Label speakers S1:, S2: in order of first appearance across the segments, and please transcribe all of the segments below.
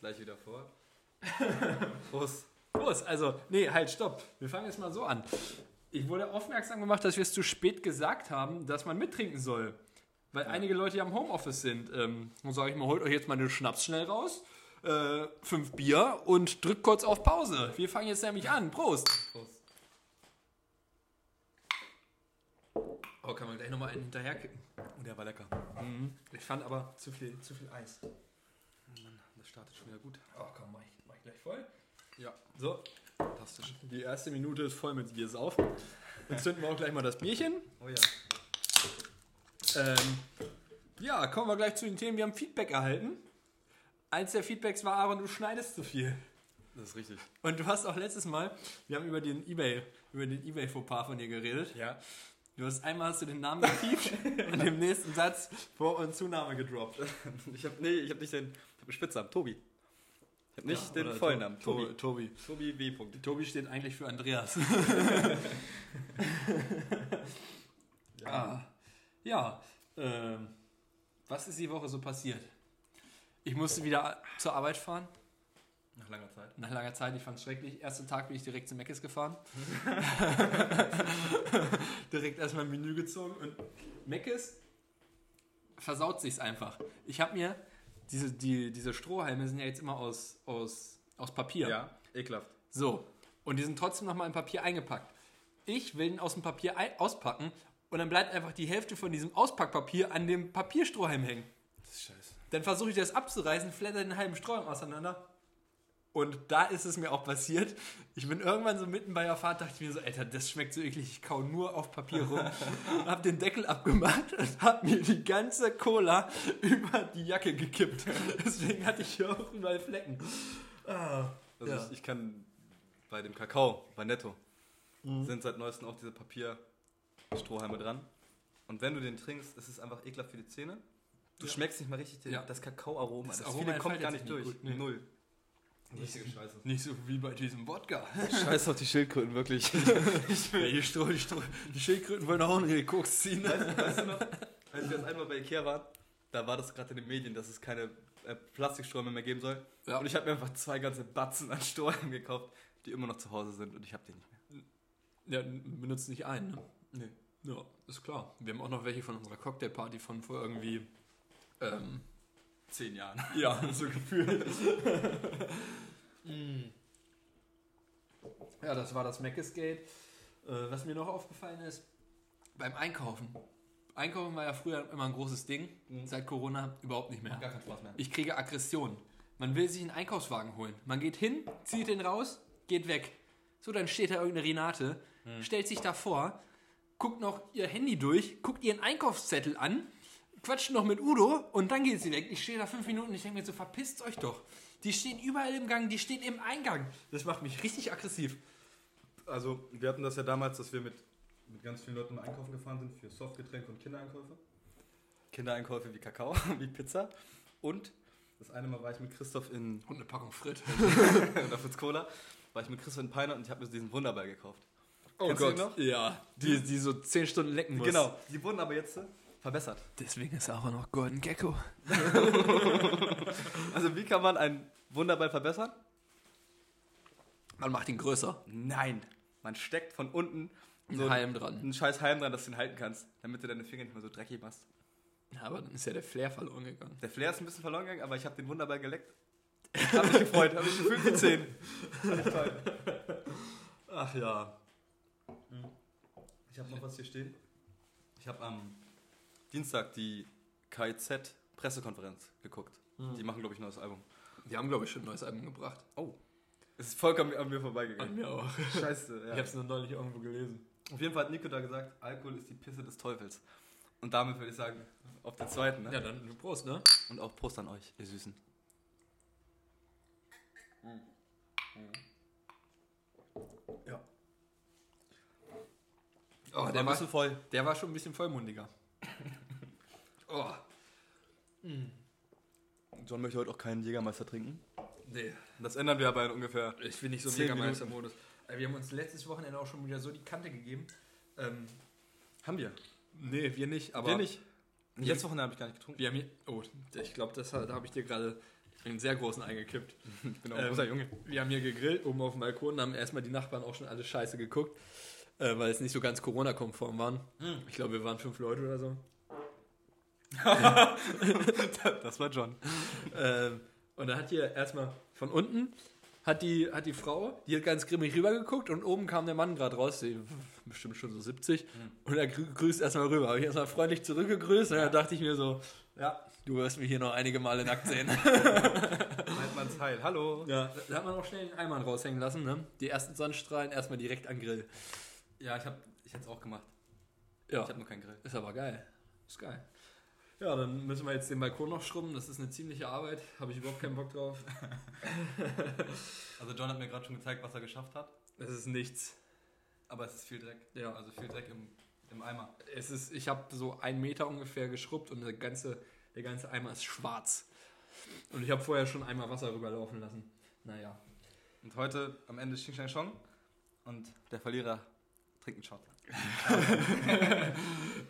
S1: gleich wieder vor.
S2: Prost. Prost. Also, nee, halt, stopp. Wir fangen jetzt mal so an. Ich wurde aufmerksam gemacht, dass wir es zu spät gesagt haben, dass man mittrinken soll. Weil einige Leute ja im Homeoffice sind. Ähm, dann sage ich mal, holt euch jetzt mal den Schnaps schnell raus, äh, fünf Bier und drückt kurz auf Pause. Wir fangen jetzt nämlich an. Prost.
S1: Prost. Oh, kann man gleich nochmal einen hinterherkippen.
S2: Und Oh, der war lecker. Mhm. Ich fand aber zu viel, zu viel Eis.
S1: Mann, das startet schon wieder gut.
S2: Oh, komm, mach ich, mach ich gleich voll.
S1: Ja,
S2: So,
S1: fantastisch.
S2: die erste Minute ist voll mit Biersaufen. Jetzt zünden wir auch gleich mal das Bierchen.
S1: Oh ja.
S2: Ähm, ja, kommen wir gleich zu den Themen. Wir haben Feedback erhalten. Eins der Feedbacks war, Aaron, du schneidest zu viel.
S1: Das ist richtig.
S2: Und du hast auch letztes Mal, wir haben über den Ebay, über den Ebay-Fauxpas von dir geredet.
S1: Ja.
S2: Du hast einmal hast du den Namen gepiept und im nächsten Satz Vor- und Zunahme gedroppt.
S1: Ich habe nee, ich habe nicht den ich hab einen Spitznamen, Tobi. Ich habe nicht den
S2: Oder
S1: vollen Namen,
S2: To- Tobi.
S1: Tobi.
S2: Tobi.
S1: Tobi W. Punkt.
S2: Tobi steht eigentlich für Andreas. ah, ja, ähm, was ist die Woche so passiert? Ich musste wieder zur Arbeit fahren.
S1: Nach langer Zeit.
S2: Nach langer Zeit, ich fand es schrecklich. Ersten Tag bin ich direkt zu Meckes gefahren. direkt erstmal ein Menü gezogen und Meckes versaut sich's einfach. Ich habe mir diese, die, diese Strohhalme sind ja jetzt immer aus, aus, aus Papier.
S1: ekelhaft.
S2: So. Und die sind trotzdem nochmal in Papier eingepackt. Ich will den aus dem Papier ein auspacken und dann bleibt einfach die Hälfte von diesem Auspackpapier an dem Papierstrohhalm hängen.
S1: Das ist scheiße.
S2: Dann versuche ich das abzureißen, flatter den halben Sträum auseinander. Und da ist es mir auch passiert. Ich bin irgendwann so mitten bei der Fahrt, dachte ich mir so, Alter, das schmeckt so eklig, ich kau nur auf Papier rum. hab den Deckel abgemacht und hab mir die ganze Cola über die Jacke gekippt. Deswegen hatte ich hier auch überall Flecken. Ah,
S1: Also
S2: ja.
S1: ich, ich kann bei dem Kakao, bei Netto,
S2: Mhm.
S1: sind seit neuestem auch diese Papierstrohhalme dran. Und wenn du den trinkst, ist es einfach ekelhaft für die Zähne. Du
S2: Ja.
S1: schmeckst nicht mal richtig den,
S2: Ja.
S1: das Kakaoaroma.
S2: Das
S1: Das,
S2: Aroma
S1: viele kommt
S2: entfaltet
S1: gar
S2: sich
S1: nicht durch.
S2: nicht gut, nee.
S1: Null. Richtige Scheiße.
S2: Nicht so wie bei diesem Wodka.
S1: Scheiß auf die Schildkröten, wirklich.
S2: Ja, die, Stroh, die, Stroh, die Schildkröten wollen auch eine Koks ziehen. Ne?
S1: weißt du noch, als wir das einmal bei Ikea waren, da war das gerade in den Medien, dass es keine äh, Plastikströme mehr geben soll.
S2: Ja.
S1: Und ich habe mir einfach zwei ganze Batzen an Strohhalmen gekauft, die immer noch zu Hause sind und ich habe die nicht mehr.
S2: Ja, benutzt nicht einen. Ne?
S1: Nee.
S2: Ja, ist klar. Wir haben auch noch welche von unserer Cocktailparty von vor irgendwie. Ähm,
S1: Zehn Jahren.
S2: ja, so gefühlt. Mm. ja, das war das Mc's Gate. Äh, was mir noch aufgefallen ist, beim Einkaufen. Einkaufen war ja früher immer ein großes Ding.
S1: Mhm.
S2: Seit Corona überhaupt nicht mehr.
S1: Gar keinen Spaß mehr.
S2: Ich kriege Aggression. Man will sich einen Einkaufswagen holen. Man geht hin, zieht den raus, geht weg. So, dann steht da irgendeine Renate, stellt sich davor, guckt noch ihr Handy durch, guckt ihren Einkaufszettel an, quatscht noch mit Udo und dann geht sie weg. Ich stehe da fünf Minuten und ich denke mir so, verpisst euch doch. Die stehen überall im Gang, die stehen im Eingang. Das macht mich richtig aggressiv.
S1: Also, wir hatten das ja damals, dass wir mit, mit ganz vielen Leuten mal einkaufen gefahren sind für Softgetränke und Kindereinkäufe. Kindereinkäufe wie Kakao, wie Pizza. Und das eine Mal war ich mit Christoph in,
S2: Und eine Packung Frit.
S1: oder Fritz Cola, war ich mit Christoph in Peiner und ich habe mir diesen Wunderball gekauft.
S2: Oh
S1: Kennst du ihn noch?
S2: Ja, die, die so zehn Stunden lecken muss.
S1: Genau, die wurden aber jetzt äh, verbessert.
S2: Deswegen ist er auch noch Golden Gecko.
S1: Also, wie kann man einen Wunderball verbessern?
S2: Man macht ihn größer.
S1: Nein, man steckt von unten
S2: So Halm dran.
S1: einen scheiß Halm dran, dass du ihn halten kannst, damit du deine Finger nicht mehr so dreckig machst.
S2: Ja, aber dann ist ja der Flair verloren gegangen.
S1: Der Flair ist ein bisschen verloren gegangen, aber ich habe den Wunderball geleckt. Hab mich gefreut, hab mich gefühlt wie 10.
S2: Ach ja.
S1: Ich habe noch was hier stehen. Ich habe am Dienstag die KIZ-Pressekonferenz geguckt.
S2: Hm.
S1: Die machen, glaube ich, ein neues Album.
S2: Die haben, glaube ich, schon ein neues Album gebracht.
S1: Oh. Es ist vollkommen an mir
S2: An
S1: vorbeigegangen.
S2: mir auch.
S1: Scheiße. Ja.
S2: es nur neulich irgendwo gelesen.
S1: Auf jeden Fall hat Nico da gesagt, Alkohol ist die Pisse des Teufels. Und damit würde ich sagen, auf den zweiten. Ne?
S2: Ja, dann Prost, ne?
S1: Und auch Prost an euch, ihr Süßen. Ja.
S2: Oh,
S1: Aber
S2: der,
S1: der
S2: war,
S1: war schon voll.
S2: der war schon ein bisschen vollmundiger. oh,
S1: John möchte heute auch keinen Jägermeister trinken.
S2: nee.
S1: Das ändern wir aber in ungefähr.
S2: Ich bin nicht so
S1: Zehn
S2: mega Meistermodus. Äh, Wir haben uns letztes Wochenende auch schon wieder so die Kante gegeben. Ähm,
S1: Haben wir.
S2: nee, wir nicht, aber.
S1: Wir nicht. Letzte Woche habe ich gar nicht getrunken.
S2: Wir haben hier, oh, ich glaube, das hat- da habe ich dir gerade einen sehr großen eingekippt. Genau, ähm, großer Junge. Wir haben hier gegrillt, oben auf dem Balkon, haben erstmal die Nachbarn auch schon alle scheiße geguckt, äh, weil es nicht so ganz Corona-konform waren. Ich glaube, wir waren fünf Leute oder so.
S1: Das war John.
S2: Ähm, und dann hat hier erstmal von unten hat die, hat die Frau, die hat ganz grimmig rübergeguckt und oben kam der Mann gerade raus, die, bestimmt schon so 70, und er grü grüßt erstmal rüber. Habe ich erstmal freundlich zurückgegrüßt und dann dachte ich mir so, ja, du wirst mich hier noch einige Male nackt sehen.
S1: Meint man's Halt heil. Hallo.
S2: ja, da hat man auch schnell den Eimer raushängen lassen, ne? Die ersten Sonnenstrahlen erstmal direkt an den Grill.
S1: Ja, ich hab, ich hätte es auch gemacht.
S2: Ja,
S1: Ich habe nur keinen Grill.
S2: ist aber geil. Ist geil. Ja, dann müssen wir jetzt den Balkon noch schrubben. Das ist eine ziemliche Arbeit. Habe ich überhaupt keinen Bock drauf.
S1: Also John hat mir gerade schon gezeigt, was er geschafft hat,
S2: Das ist nichts.
S1: aber es ist viel Dreck.
S2: Ja.
S1: Also viel Dreck im, im Eimer.
S2: Es ist, ich habe so einen Meter ungefähr geschrubbt und der ganze, der ganze Eimer ist schwarz. Und ich habe vorher schon einmal Wasser rüberlaufen lassen. Naja.
S1: Und heute am Ende Xing Shang Shong und der Verlierer trinkt einen Shot.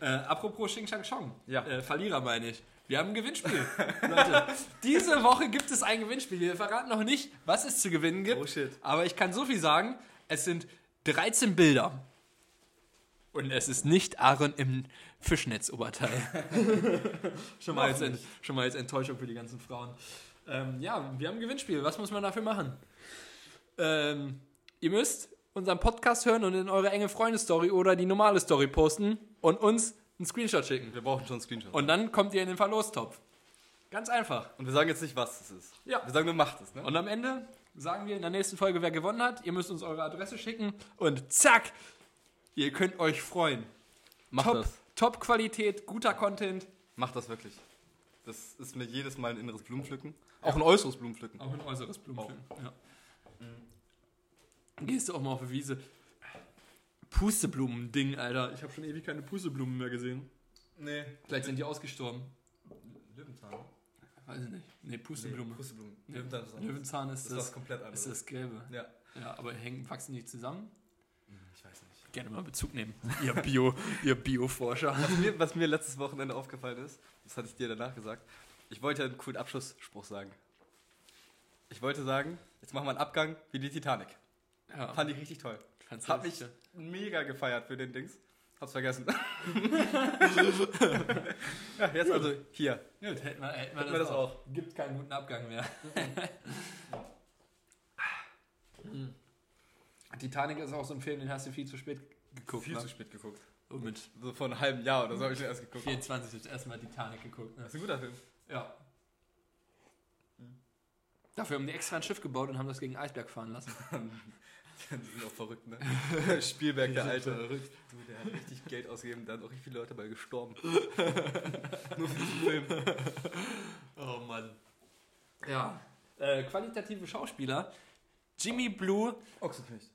S2: Äh, apropos Xing Shang Chong.
S1: Ja.
S2: Äh, Verlierer meine ich. Wir haben ein Gewinnspiel. Leute, diese Woche gibt es ein Gewinnspiel. Wir verraten noch nicht, was es zu gewinnen gibt.
S1: Oh shit.
S2: Aber ich kann so viel sagen. Es sind 13 Bilder. Und es ist nicht Aaron im Fischnetzoberteil. schon, mal
S1: Noch
S2: als Ent- schon mal als Enttäuschung für die ganzen Frauen. Ähm, ja, wir haben ein Gewinnspiel. Was muss man dafür machen? Ähm, ihr müsst unseren Podcast hören und in eure enge Freunde-Story oder die normale Story posten und uns einen Screenshot schicken.
S1: Wir brauchen schon einen Screenshot.
S2: Und dann kommt ihr in den Verlostopf. Ganz einfach.
S1: Und wir sagen jetzt nicht, was es ist.
S2: Ja.
S1: Wir sagen nur, macht es, ne?
S2: Und am Ende sagen wir in der nächsten Folge, wer gewonnen hat. Ihr müsst uns eure Adresse schicken und zack, ihr könnt euch freuen.
S1: macht
S2: Top, Top-Qualität, guter Content.
S1: Macht das wirklich. Das ist mir jedes Mal ein inneres Blumenpflücken. Auch ein äußeres Blumenpflücken.
S2: Auch ein äußeres Blumenpflücken. Ja. Oh. Gehst du auch mal auf die Wiese. Pusteblumen-Ding, Alter. Ich habe schon ewig keine Pusteblumen mehr gesehen.
S1: Nee.
S2: Vielleicht sind die ausgestorben.
S1: Löwenzahn.
S2: Weiß ich nicht. Nee, Pusteblume.
S1: Pusteblumen. Pusteblumen.
S2: Nee,
S1: Löwenzahn ist anders.
S2: Löwenzahn ist
S1: Das ist was
S2: das,
S1: komplett anderes.
S2: ist das Gelbe.
S1: ja.
S2: Ja, aber hängen, wachsen die zusammen?
S1: Ich weiß nicht.
S2: Gerne mal Bezug nehmen. Ihr Bio, ihr Bioforscher.
S1: Was mir, was mir letztes Wochenende aufgefallen ist, das hatte ich dir danach gesagt, ich wollte ja einen coolen Abschlussspruch sagen. Ich wollte sagen, jetzt machen wir einen Abgang wie die Titanic.
S2: Ja,
S1: Fand ich richtig toll.
S2: fand's
S1: Hab
S2: richtig.
S1: ich mega gefeiert für den Dings. Hab's vergessen. ja, jetzt also hier.
S2: Gut, hätten wir, hätten wir
S1: Hätten
S2: das,
S1: wir das
S2: auch. Gibt keinen guten Abgang mehr. Hm. Titanic ist auch so ein Film, den hast du viel zu spät geguckt.
S1: Viel
S2: ne?
S1: zu spät geguckt.
S2: Oh, mit
S1: So vor einem halben Jahr oder so habe ich den erst geguckt.
S2: 24 das erste Mal Titanic geguckt. Ne?
S1: Das ist ein guter Film.
S2: Ja. Dafür haben die extra ein Schiff gebaut und haben das gegen Eisberg fahren lassen.
S1: Die sind auch verrückt, ne? Spielberg, der Alte. Du, der hat richtig Geld ausgegeben, da sind auch richtig viele Leute bei gestorben. Nur für diesen Film.
S2: Oh Mann. Ja. Äh, qualitative Schauspieler Jimmy Blue
S1: Ochsenknecht.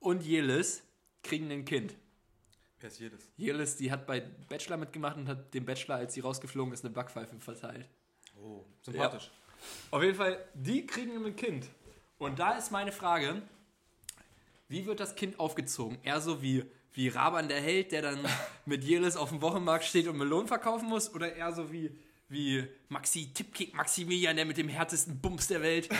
S2: und Jelis kriegen ein Kind.
S1: Wer ist jedes?
S2: Jelis, die hat bei Bachelor mitgemacht und hat dem Bachelor, als sie rausgeflogen ist, eine Backpfeife verteilt.
S1: Oh,
S2: sympathisch. Auf jeden Fall, die kriegen ein Kind. Und da ist meine Frage, wie wird das Kind aufgezogen? Eher so wie, wie Raban der Held, der dann mit Jelis auf dem Wochenmarkt steht und Melonen verkaufen muss? Oder eher so wie, wie Maxi Tippkick Maximilian, der mit dem härtesten Bums der Welt,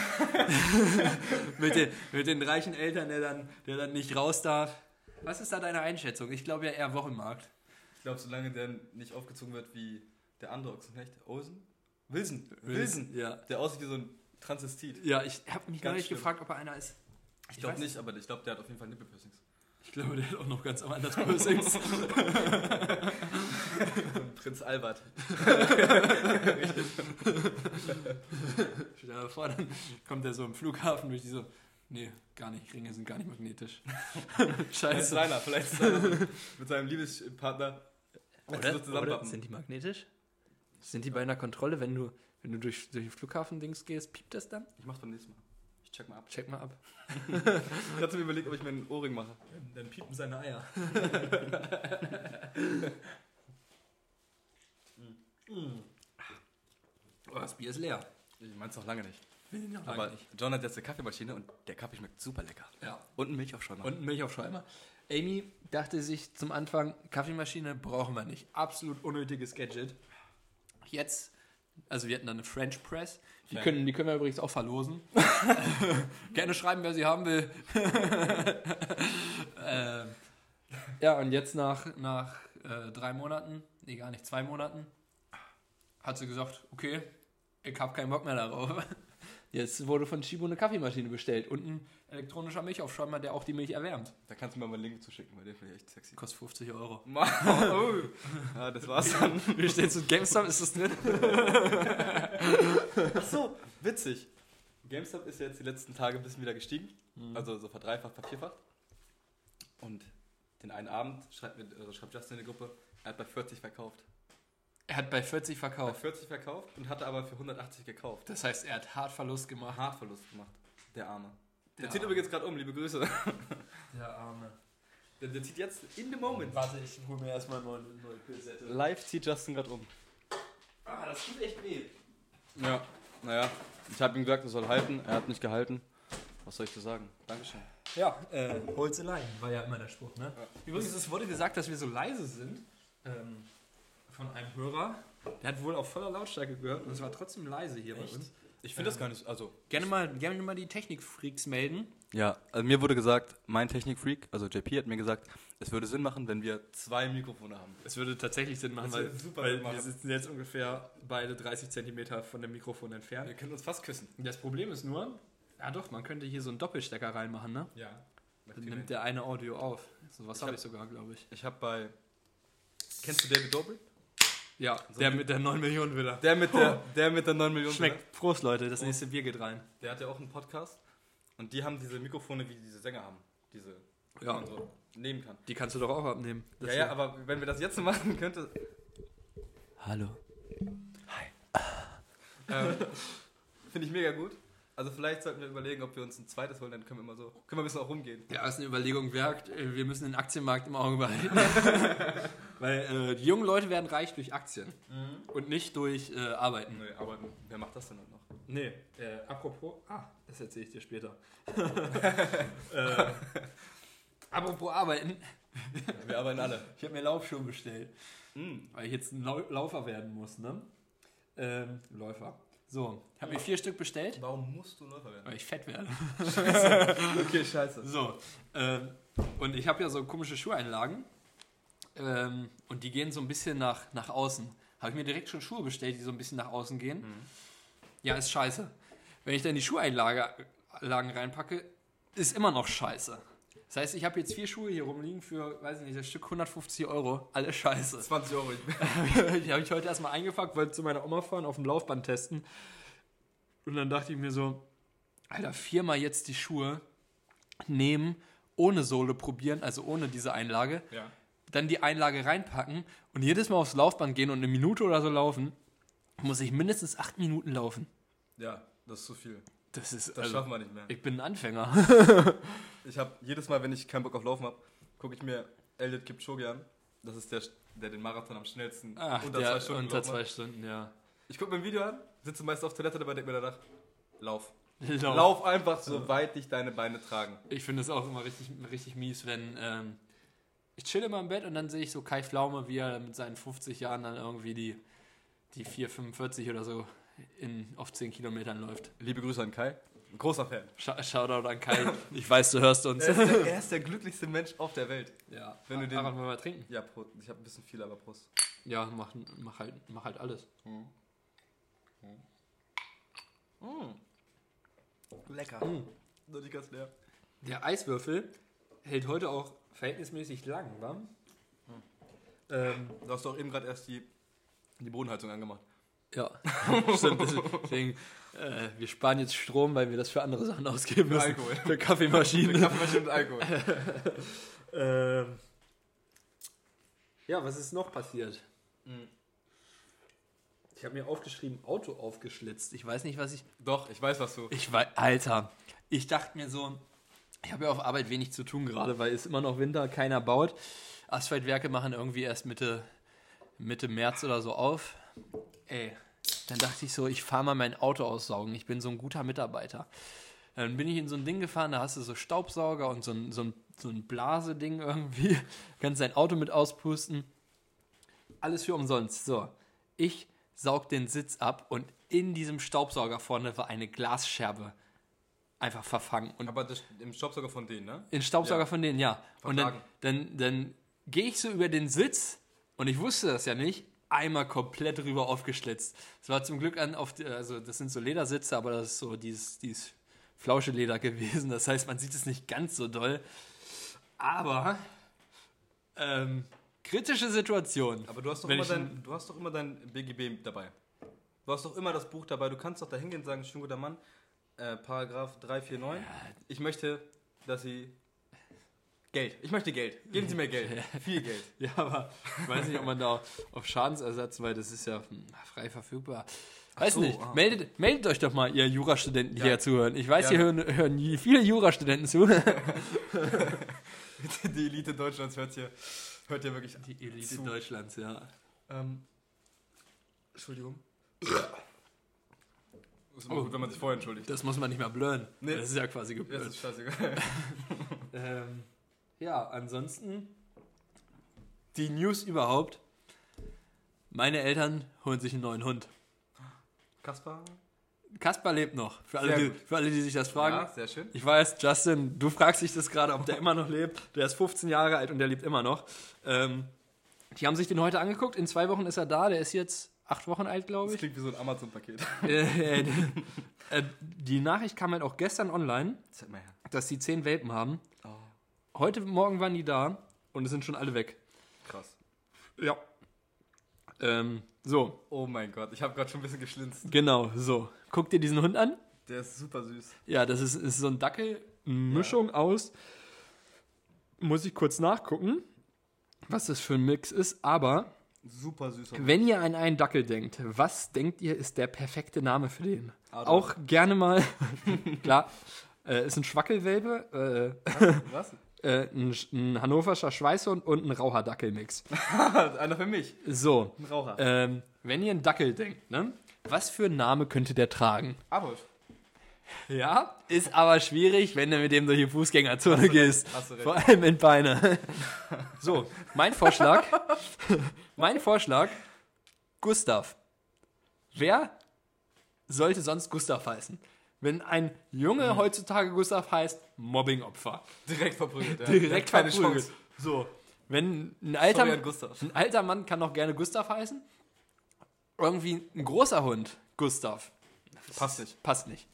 S2: mit, den, mit den reichen Eltern, der dann, der dann nicht raus darf? Was ist da deine Einschätzung? Ich glaube ja eher Wochenmarkt.
S1: Ich glaube, solange der nicht aufgezogen wird wie der andere Ochsenknecht, Olsen? Wilson. Wilson.
S2: Ja,
S1: Der aussieht wie so ein Transvestit.
S2: ja ich habe mich
S1: Ganz
S2: neulich
S1: schlimm.
S2: gefragt, ob er einer ist.
S1: Ich
S2: weiß
S1: glaube nicht, aber ich glaube, der hat auf jeden Fall Nippelpiercings.
S2: Ich glaube, der hat auch noch ganz anders Piercings.
S1: Prinz Albert.
S2: Stell dir vor, dann kommt er so im Flughafen durch diese. Nee, gar nicht. Ringe sind gar nicht magnetisch.
S1: Vielleicht ist
S2: Scheiße.
S1: Rainer, vielleicht ist Rainer mit seinem Liebespartner.
S2: Oder,
S1: Also
S2: oder
S1: zusammenpappen.
S2: sind die magnetisch? Sind die bei einer Kontrolle, wenn du, wenn du durch, durch den Flughafen-Dings gehst, piept das dann?
S1: Ich mach's beim nächsten Mal. Ich check mal ab.
S2: Check mal ab.
S1: Ich hatte mir überlegt, ob ich mir einen Ohrring mache.
S2: Dann piepen seine Eier. oh, das Bier ist leer.
S1: Ich mein's noch lange nicht.
S2: Wir sind noch lange
S1: Aber
S2: nicht.
S1: John hat jetzt eine Kaffeemaschine und der Kaffee schmeckt super lecker.
S2: Ja.
S1: Und ein Milchaufschäumer.
S2: Und Milch auf Schäumer. Amy dachte sich zum Anfang, Kaffeemaschine brauchen wir nicht. Absolut unnötiges Gadget. Jetzt Also wir hatten da eine French Press. Die
S1: French.
S2: können, die können wir übrigens auch verlosen. Gerne schreiben, wer sie haben will. ähm, ja, und jetzt nach, nach äh, drei Monaten, nee, gar nicht, zwei Monaten, hat sie gesagt, okay, ich habe keinen Bock mehr darauf. Jetzt wurde von Chibo eine Kaffeemaschine bestellt und ein elektronischer Milchaufschäumer, der auch die Milch erwärmt.
S1: Da kannst du mir mal einen Link zu schicken, weil der finde ich echt sexy.
S2: Kostet 50 Euro.
S1: oh. ja, das war's dann.
S2: Wir stehen zu GameStop, ist das drin?
S1: Achso, witzig. GameStop ist ja jetzt die letzten Tage ein bisschen wieder gestiegen.
S2: Mhm.
S1: Also so verdreifacht, vervierfacht. Und den einen Abend schreibt, mir, also schreibt Justin in die Gruppe, er hat bei 40 verkauft.
S2: Er hat bei 40
S1: Bei
S2: verkauft.
S1: 40 verkauft und hatte aber für 180 gekauft.
S2: Das heißt, er hat hart Verlust gemacht.
S1: Haarverlust gemacht. Der Arme. Der,
S2: Der
S1: zieht
S2: Arme.
S1: übrigens gerade um, liebe Grüße.
S2: Der Arme. Äh,
S1: Der, der zieht jetzt in dem Moment.
S2: Warte, ich hole mir erstmal eine neue Pilzette.
S1: Live zieht Justin gerade um.
S2: Ah, das tut echt weh.
S1: Ja, naja. Ich habe ihm gesagt, er soll halten. Er hat nicht gehalten. Was soll ich dir sagen? Dankeschön.
S2: Ja, äh, Holzeleien war ja immer der Spruch, ne?
S1: Ja.
S2: Übrigens, es wurde gesagt, dass wir so leise sind ähm, von einem Hörer. Der hat wohl auf voller Lautstärke gehört und es war trotzdem leise hier bei
S1: Echt?
S2: uns.
S1: Ich finde das gar nicht. Also.
S2: Gerne mal, gerne mal die Technikfreaks melden.
S1: Ja, also mir wurde gesagt, mein Technikfreak, also JP, hat mir gesagt, es würde Sinn machen, wenn wir zwei Mikrofone haben.
S2: Es würde tatsächlich Sinn machen,
S1: Das
S2: weil,
S1: würde super
S2: weil
S1: Sinn machen.
S2: wir sitzen jetzt ungefähr beide 30 Zentimeter von dem Mikrofon entfernt.
S1: Wir können uns fast küssen.
S2: Das Problem ist nur, ja doch, man könnte hier so einen Doppelstecker reinmachen, ne?
S1: Ja.
S2: Dann nimmt der eine Audio auf. So was
S1: Ich
S2: habe
S1: hab-
S2: ich sogar, glaube ich.
S1: Ich habe bei. Kennst du David Dobrik?
S2: Ja,
S1: So
S2: der
S1: ein-
S2: mit der 9 Millionen Villa.
S1: Der mit der, der mit der 9 Millionen.
S2: Schmeckt. Prost, Leute, das nächste Bier geht rein.
S1: Der hat ja auch einen Podcast. Und die haben diese Mikrofone, wie diese Sänger haben. Diese, die
S2: Ja,
S1: man so nehmen kann.
S2: die kannst du doch auch abnehmen.
S1: ja, ja, aber wenn wir das jetzt machen könnte.
S2: Hallo.
S1: Ähm, Finde ich mega gut. Also vielleicht sollten wir überlegen, ob wir uns ein zweites holen, dann können wir immer so. Können wir ein bisschen auch rumgehen.
S2: Ja, ist eine Überlegung wert. Äh, Wir müssen den Aktienmarkt im Auge behalten. Weil äh, die jungen Leute werden reich durch Aktien und nicht durch äh, Arbeiten.
S1: Nee, aber wer macht das denn dann noch?
S2: Nee, äh, apropos. Ah, das erzähle ich dir später. äh, apropos Arbeiten.
S1: Wir arbeiten alle.
S2: Ich habe mir Laufschuhe bestellt.
S1: Mm.
S2: weil ich jetzt ein Lau Laufer werden muss, ne? Ähm, Läufer. So, ich habe mir vier Stück bestellt,
S1: Warum musst du Läufer werden?
S2: weil ich fett werde.
S1: Okay, scheiße.
S2: So, ähm, und ich habe ja so komische Schuheinlagen ähm, und die gehen so ein bisschen nach, nach außen. Habe ich mir direkt schon Schuhe bestellt, die so ein bisschen nach außen gehen. Ja, ist scheiße. Wenn ich dann die Schuheinlage Lagen reinpacke, ist immer noch scheiße. Das heißt, ich habe jetzt vier Schuhe hier rumliegen für, weiß ich nicht, das Stück 150 Euro. Alle scheiße.
S1: 20 Euro.
S2: die habe ich heute erstmal eingepackt, wollte zu meiner Oma fahren, auf dem Laufband testen. Und dann dachte ich mir so, Alter, viermal jetzt die Schuhe nehmen, ohne Sohle probieren, also ohne diese Einlage,
S1: Ja.
S2: dann die Einlage reinpacken und jedes Mal aufs Laufband gehen und eine Minute oder so laufen, muss ich mindestens acht Minuten laufen.
S1: Ja, das ist zu viel.
S2: Das ist,
S1: Das
S2: also,
S1: schaffen wir nicht mehr.
S2: ich bin ein Anfänger.
S1: Ich habe jedes Mal, wenn ich keinen Bock auf Laufen habe, gucke ich mir Elliot Kipchoge an. Das ist der, der den Marathon am schnellsten
S2: Ach, der, unter
S1: gelaufen
S2: zwei
S1: hat.
S2: Stunden, ja.
S1: Ich gucke mir ein Video an, sitze meist auf Toilette, dabei denke mir danach, lauf.
S2: Lauf.
S1: Lauf einfach, so weit dich deine Beine tragen.
S2: Ich finde es auch immer richtig, richtig mies, wenn ähm, ich chill immer im Bett und dann sehe ich so Kai Flaume, wie er mit seinen 50 Jahren dann irgendwie die, die 4,45 oder so in, auf 10 Kilometern läuft.
S1: Liebe Grüße an Kai. Ein großer Fan.
S2: Scha Shoutout an Kai. Ich weiß, du hörst uns.
S1: Er ist, der, er ist der glücklichste Mensch auf der Welt.
S2: Ja,
S1: Wenn du den-
S2: Aaron, wollen wir mal trinken?
S1: Ja, Prost. ich habe ein bisschen viel, aber Prost.
S2: Ja, mach, mach, halt, mach halt alles.
S1: Hm. Lecker. Mm. Noch nicht ganz leer.
S2: Der Eiswürfel hält heute auch verhältnismäßig lang, wa? Ähm,
S1: Du hast doch eben gerade erst die, die Bodenheizung angemacht.
S2: ja, stimmt. Deswegen, äh, wir sparen jetzt Strom, weil wir das für andere Sachen ausgeben müssen.
S1: Alkohol.
S2: Für Kaffeemaschinen.
S1: Ich habe bestimmt Alkohol.
S2: Ähm, ja, was ist noch passiert? Hm.
S1: Mhm.
S2: Ich habe mir aufgeschrieben, Auto aufgeschlitzt. Ich weiß nicht, was ich.
S1: Doch, ich weiß, was du.
S2: Ich weiß, Alter. Ich dachte mir so, ich habe ja auf Arbeit wenig zu tun gerade, weil es immer noch Winter, keiner baut. Asphaltwerke machen irgendwie erst Mitte, Mitte März oder so auf. Ey, dann dachte ich so, ich fahre mal mein Auto aussaugen. Ich bin so ein guter Mitarbeiter. Dann bin ich in so ein Ding gefahren, da hast du so Staubsauger und so ein, so ein, so ein Blaseding irgendwie. Kannst dein Auto mit auspusten. Alles für umsonst. So, ich saugt den Sitz ab und in diesem Staubsauger vorne war eine Glasscherbe einfach verfangen. Und
S1: Aber halt das, im Staubsauger von denen, ne?
S2: in Staubsauger
S1: Ja.
S2: von denen, ja. Und dann,
S1: Verklagen.
S2: dann, dann gehe ich so über den Sitz und ich wusste das ja nicht. Einmal komplett rüber aufgeschlitzt. Es war zum Glück an, auf, die- also das sind so Ledersitze, aber das ist so dieses, dieses flausche Leder gewesen. Das heißt, man sieht es nicht ganz so doll. Aber ähm, kritische Situation.
S1: Aber du hast, doch
S2: Wenn
S1: immer
S2: ich
S1: dein, du hast doch immer dein BGB dabei. Du hast doch immer das Buch dabei. Du kannst doch da hingehen und sagen, schön guter Mann, äh, Paragraph 349. Ich möchte, dass Sie Geld. Ich möchte Geld. Geben Sie mir Geld. Viel Geld.
S2: Ja, aber ich weiß nicht, ob man da auf Schadensersatz, weil das ist ja hm, frei verfügbar. Weiß
S1: so,
S2: nicht.
S1: ah.
S2: Meldet, meldet euch doch mal, ihr Jurastudenten, die
S1: Ja.
S2: hier zuhören. Ich weiß,
S1: Ja.
S2: hier hören, hören nie viele Jurastudenten zu.
S1: Die Elite Deutschlands hört hier, hört hier wirklich
S2: Die Elite
S1: Zu.
S2: Deutschlands, ja.
S1: Ähm, Entschuldigung. Ist immer gut, wenn man sich vorher entschuldigt.
S2: Das muss man nicht mal blören.
S1: Nee.
S2: Das ist ja quasi
S1: Das
S2: geblört.
S1: ist scheißegal.
S2: Ähm, ja, ansonsten die News überhaupt. Meine Eltern holen sich einen neuen Hund.
S1: Kaspar?
S2: Kaspar lebt noch. Für alle,
S1: Sehr
S2: die,
S1: gut.
S2: für alle die sich das fragen.
S1: Ja, sehr schön.
S2: Ich weiß, Justin, du fragst dich das gerade, ob der immer noch lebt. Der ist 15 Jahre alt und der lebt immer noch. Ähm, die haben sich den heute angeguckt. In zwei Wochen ist er da. Der ist jetzt acht Wochen alt, glaube
S1: Das
S2: ich.
S1: klingt wie so ein Amazon-Paket.
S2: Äh, äh, äh, die Nachricht kam halt auch gestern online,
S1: Zeig mal her.
S2: dass die zehn Welpen haben.
S1: Oh,
S2: Heute Morgen waren die da und es sind schon alle weg.
S1: krass.
S2: Ja. Ähm, so,
S1: Oh mein Gott, ich habe gerade schon ein bisschen geschlinzt.
S2: genau, so. Guck dir diesen Hund an.
S1: Der ist super süß.
S2: Ja, das ist, ist so ein Dackel, Mischung aus. Muss ich kurz nachgucken, was das für ein Mix ist. Aber
S1: Super süß.
S2: wenn ihr an einen Dackel denkt, was denkt ihr ist der perfekte Name für den?
S1: Adolf.
S2: Auch gerne mal, klar, äh, ist ein Schwackelwelpe,
S1: Was?
S2: äh, äh, ein, Sch- ein hannoverscher Schweißhund und ein rauher Dackelmix.
S1: Einer für mich.
S2: So,
S1: Ein Raucher.
S2: ähm, wenn ihr an Dackel denkt, ne? Was für einen Name könnte der tragen?
S1: Adolf.
S2: Ja, ist aber schwierig, wenn du mit dem durch die Fußgängerzone gehst.
S1: hast du recht.
S2: Vor allem in Beine. So, mein Vorschlag. mein Vorschlag. Gustav. Wer sollte sonst Gustav heißen? Wenn ein
S1: Hm.
S2: Junge heutzutage Gustav heißt, Mobbingopfer.
S1: Direkt verprügelt. Ja.
S2: Direkt
S1: keine
S2: verprügelt.
S1: Chance.
S2: So, wenn ein
S1: Sorry
S2: alter,
S1: an Gustav.
S2: ein alter Mann kann noch gerne Gustav heißen. Irgendwie ein großer Hund, Gustav.
S1: Passt nicht.
S2: Passt nicht.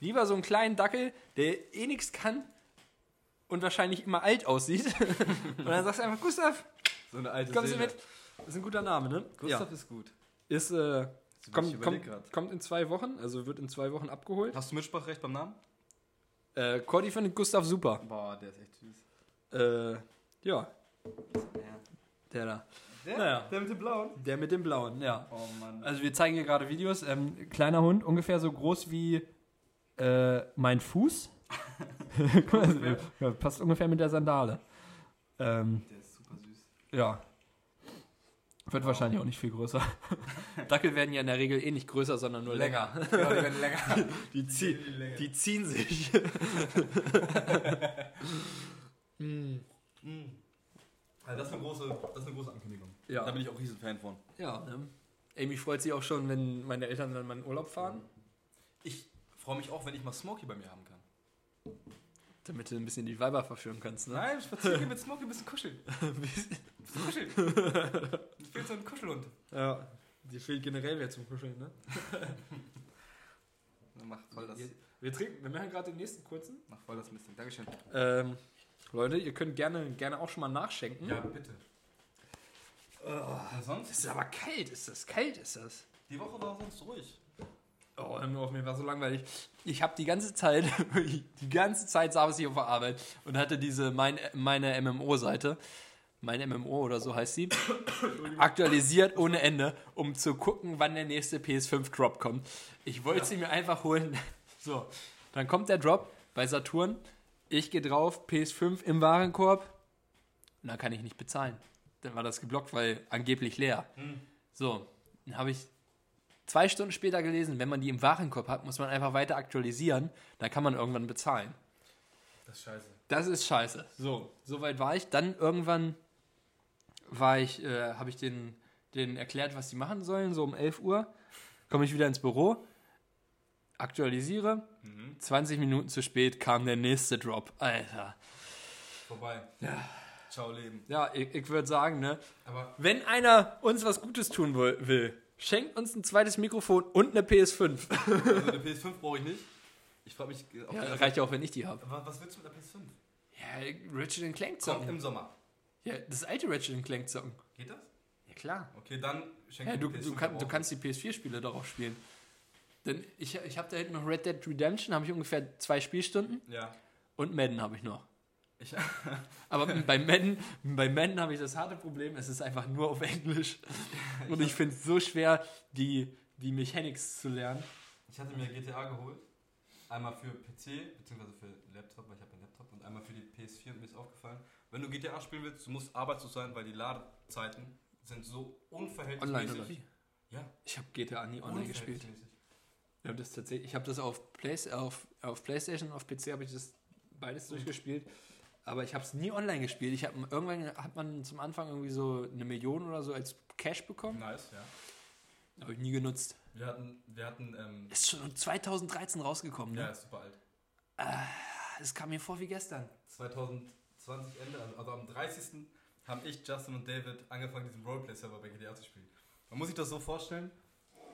S2: Lieber so einen kleinen Dackel, der eh nichts kann und wahrscheinlich immer alt aussieht. und dann sagst du einfach, Gustav,
S1: So eine alte
S2: kommst du
S1: Seele.
S2: mit? Das ist ein guter Name, ne?
S1: Gustav ist gut.
S2: Ja. Ist, äh,
S1: Ich
S2: kommt,
S1: überleg
S2: kommt,
S1: grad.
S2: kommt in zwei Wochen, also wird in zwei Wochen abgeholt.
S1: Hast du Mitspracherecht beim Namen?
S2: Äh, Cordy findet Gustav super.
S1: Boah, der ist echt süß.
S2: Äh, ja,
S1: Ja.
S2: der da.
S1: Der,
S2: Naja.
S1: der mit dem Blauen.
S2: Der mit dem Blauen, ja.
S1: Oh Mann.
S2: Also wir zeigen hier gerade Videos. Ähm, kleiner Hund, ungefähr so groß wie äh, mein Fuß. Guck mal, also, ja, passt ungefähr mit der Sandale. Ähm,
S1: Der ist super süß.
S2: ja. Wird wahrscheinlich auch nicht viel größer. Dackel werden ja in der Regel eh nicht größer, sondern nur länger.
S1: Ja, der wird länger.
S2: Die, zieh, die ziehen sich. Hm,
S1: Mhm. Also das, ist eine große, das ist eine große Ankündigung.
S2: Ja.
S1: Da bin ich auch riesen Fan von.
S2: ja, ne? Amy freut sich auch schon, wenn meine Eltern dann mal in Urlaub fahren.
S1: Ich freue mich auch, wenn ich mal Smokey bei mir haben kann.
S2: Damit du ein bisschen die Weiber verführen kannst, ne?
S1: Nein, spazieren gehen mit Smokey, ein bisschen kuscheln. Ein bisschen kuscheln. Ich bin so ein Kuschelhund.
S2: Ja. Die fehlt generell wer zum Kuscheln, ne?
S1: Mach voll das,
S2: Wir trinken, wir machen gerade den nächsten kurzen.
S1: mach voll das Missing. Dankeschön.
S2: Ähm, Leute, ihr könnt gerne, gerne auch schon mal nachschenken.
S1: bitte. Ah, sonst?
S2: Es ist aber kalt, ist das? Kalt ist das?
S1: Die Woche war sonst ruhig.
S2: Oh, hör mir auf, mir war so langweilig. Ich habe die ganze Zeit, wirklich die ganze Zeit saß ich auf der Arbeit und hatte diese mein, meine MMO-Seite, meine MMO oder so heißt sie, aktualisiert ohne Ende, um zu gucken, wann der nächste PS5-Drop kommt. Ich wollte sie mir einfach holen. So, dann kommt der Drop bei Saturn. Ich gehe drauf, PS5 im Warenkorb. Und dann kann ich nicht bezahlen. Dann war das geblockt, weil angeblich leer. So, dann habe ich zwei Stunden später gelesen, wenn man die im Warenkorb hat, muss man einfach weiter aktualisieren. Dann kann man irgendwann bezahlen.
S1: Das ist scheiße.
S2: Das ist scheiße. So, soweit war ich. Dann irgendwann war ich, äh, habe ich den, denen erklärt, was sie machen sollen, so um 11 Uhr. Komme ich wieder ins Büro, aktualisiere. 20 Minuten zu spät kam der nächste Drop. Alter.
S1: Vorbei. Ciao, Leben.
S2: Ja, ich, ich würde sagen, ne?
S1: Aber
S2: Wenn einer uns was Gutes tun will, will, schenkt uns ein zweites Mikrofon und eine PS5.
S1: also eine PS5 brauche ich nicht. Ich frage mich, ob
S2: Ja, reicht ja auch, wenn ich die habe.
S1: was, was willst du mit der PS5?
S2: Ja, Ratchet Clank
S1: Kommt
S2: zocken.
S1: im Sommer.
S2: Ja, das alte Ratchet Clank zocken.
S1: Geht das?
S2: Ja, klar.
S1: Okay, dann schenk
S2: Ja,
S1: mir
S2: du,
S1: die
S2: du,
S1: PS5
S2: kann, du
S1: aber auch.
S2: kannst die PS4-Spiele darauf spielen. Denn ich, ich habe da hinten noch Red Dead Redemption, habe ich ungefähr zwei Spielstunden
S1: Ja.
S2: und Madden habe ich noch.
S1: Ich,
S2: Aber bei Madden, bei Madden habe ich das harte Problem, es ist einfach nur auf Englisch. Und ich finde es so schwer, die, die Mechanics zu lernen.
S1: ich hatte mir GTA geholt. Einmal für PC, beziehungsweise für Laptop, weil ich habe einen Laptop. Und einmal für die PS4 und mir ist aufgefallen, wenn du GTA spielen willst, du musst arbeitslos sein, weil die Ladezeiten sind so
S2: Online
S1: unverhältnismäßig.
S2: oder wie?
S1: Ja.
S2: Ich habe GTA nie online gespielt.
S1: Unverhältnismäßig.
S2: Ich habe das tatsächlich, ich habe das auf, Play, auf, auf PlayStation, auf PC habe ich das beides
S1: Hm.
S2: durchgespielt. Aber ich habe es nie online gespielt. Ich habe irgendwann hat man zum Anfang irgendwie so eine Million oder so als Cash bekommen.
S1: Nice, ja. Hm.
S2: Habe ich nie genutzt.
S1: Wir hatten, wir hatten, ähm,
S2: Ist schon 2013 rausgekommen. Ne?
S1: ja, ist super alt.
S2: Das kam mir vor wie gestern.
S1: 2020 Ende, also, also am 30. haben ich, Justin und David angefangen, diesen Roleplay-Server bei GTA zu spielen. Man muss sich das so vorstellen,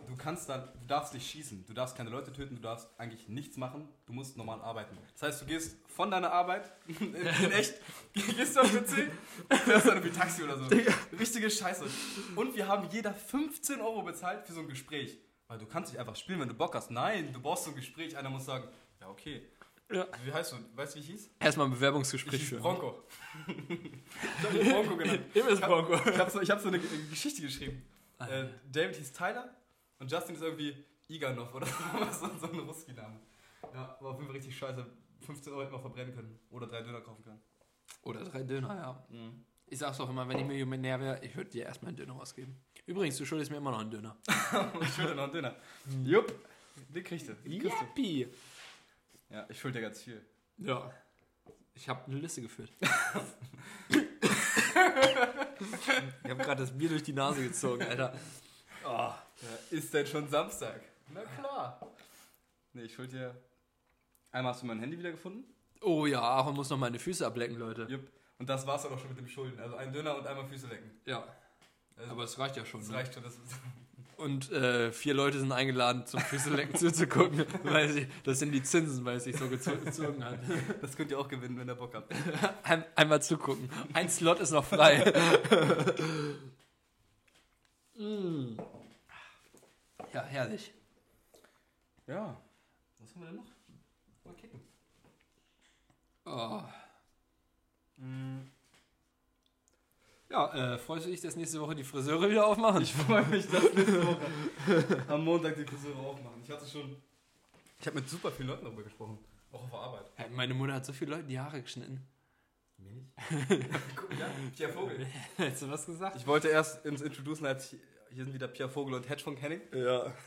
S1: du kannst dann, du darfst nicht schießen, du darfst keine Leute töten, du darfst eigentlich nichts machen, du musst normal arbeiten. Das heißt, du gehst von deiner Arbeit in echt, gehst auf den PC, fährst dann wie Taxi oder so. Richtige Scheiße. Und wir haben jeder 15 Euro bezahlt für so ein Gespräch. Weil du kannst nicht einfach spielen, wenn du Bock hast. Nein, du brauchst so ein Gespräch, einer muss sagen, ja okay.
S2: Ja.
S1: Wie heißt du? Weißt du, wie ich hieß?
S2: Erstmal ein Bewerbungsgespräch
S1: Ich hieß
S2: führen.
S1: Bronco. ich hab ihn Bronco genannt.
S2: Immer ist
S1: Ich hab-
S2: Bronco. Ah,
S1: Ich hab so, ich hab so eine Geschichte geschrieben. Äh, David hieß Tyler und Justin ist irgendwie Iganov oder sowas, so ein Russki-Name. Ja, war auf jeden Fall richtig scheiße. 15 Euro hätten wir verbrennen können oder drei Döner kaufen können.
S2: Oder drei Döner, ja.
S1: Hm.
S2: Ich sag's doch immer, wenn ich Millionär wäre, ich würde dir erstmal einen Döner ausgeben. Übrigens, du schuldest mir immer noch einen Döner.
S1: Ich schulde noch einen Döner.
S2: Hm.
S1: Jupp. Den kriegst du. Den kriegst
S2: Yippie.
S1: du. Ja, ich schulde dir ganz viel.
S2: Ja. Ich habe eine Liste geführt. ich habe gerade das Bier durch die Nase gezogen, Alter. Ah.
S1: Oh, ist denn schon Samstag? Na klar. Nee, ich schulde dir. Einmal hast du mein Handy wiedergefunden.
S2: Oh ja, Aaron muss noch meine Füße ablecken, Leute.
S1: Jupp. Und das war's dann auch schon mit dem Schulden. Also ein Döner und einmal Füße lecken.
S2: Ja,
S1: Also,
S2: aber es reicht ja schon.
S1: das
S2: ne?
S1: reicht schon. Das ist
S2: Und äh, vier Leute sind eingeladen, zum Füßelecken zuzugucken, weil sie, das sind die Zinsen, weil es sich so gezo- gezogen hat.
S1: Das könnt ihr auch gewinnen, wenn ihr Bock habt.
S2: Ein, einmal zugucken. Ein Slot ist noch frei. Mm. Ja, herrlich.
S1: Ja. Was haben wir denn noch? Mal kicken. Ah.
S2: Oh.
S1: Mm.
S2: Ja, äh, freust du dich, dass nächste Woche die Friseure wieder aufmachen?
S1: Ich freue mich, dass nächste Woche am Montag die Friseure aufmachen. Ich hatte schon. Ich habe mit super vielen Leuten darüber gesprochen. Auch auf der Arbeit.
S2: Ja, Äh, meine Mutter hat so vielen Leuten die Haare geschnitten.
S1: Mir nicht? Guck, ja, Pierre Vogel.
S2: Hättest du was gesagt?
S1: Ich wollte erst ins Introducen, als ich, hier sind wieder Pierre Vogel und Hedge von Henning.
S2: Ja.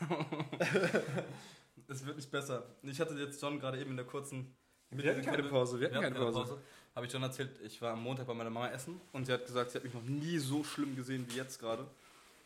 S1: Es wird nicht besser. Ich hatte jetzt John gerade eben in der kurzen.
S2: Wir hatten keine Pause, wir hatten keine Pause.
S1: Habe ich John erzählt, ich war am Montag bei meiner Mama essen und sie hat gesagt, sie hat mich noch nie so schlimm gesehen wie jetzt gerade.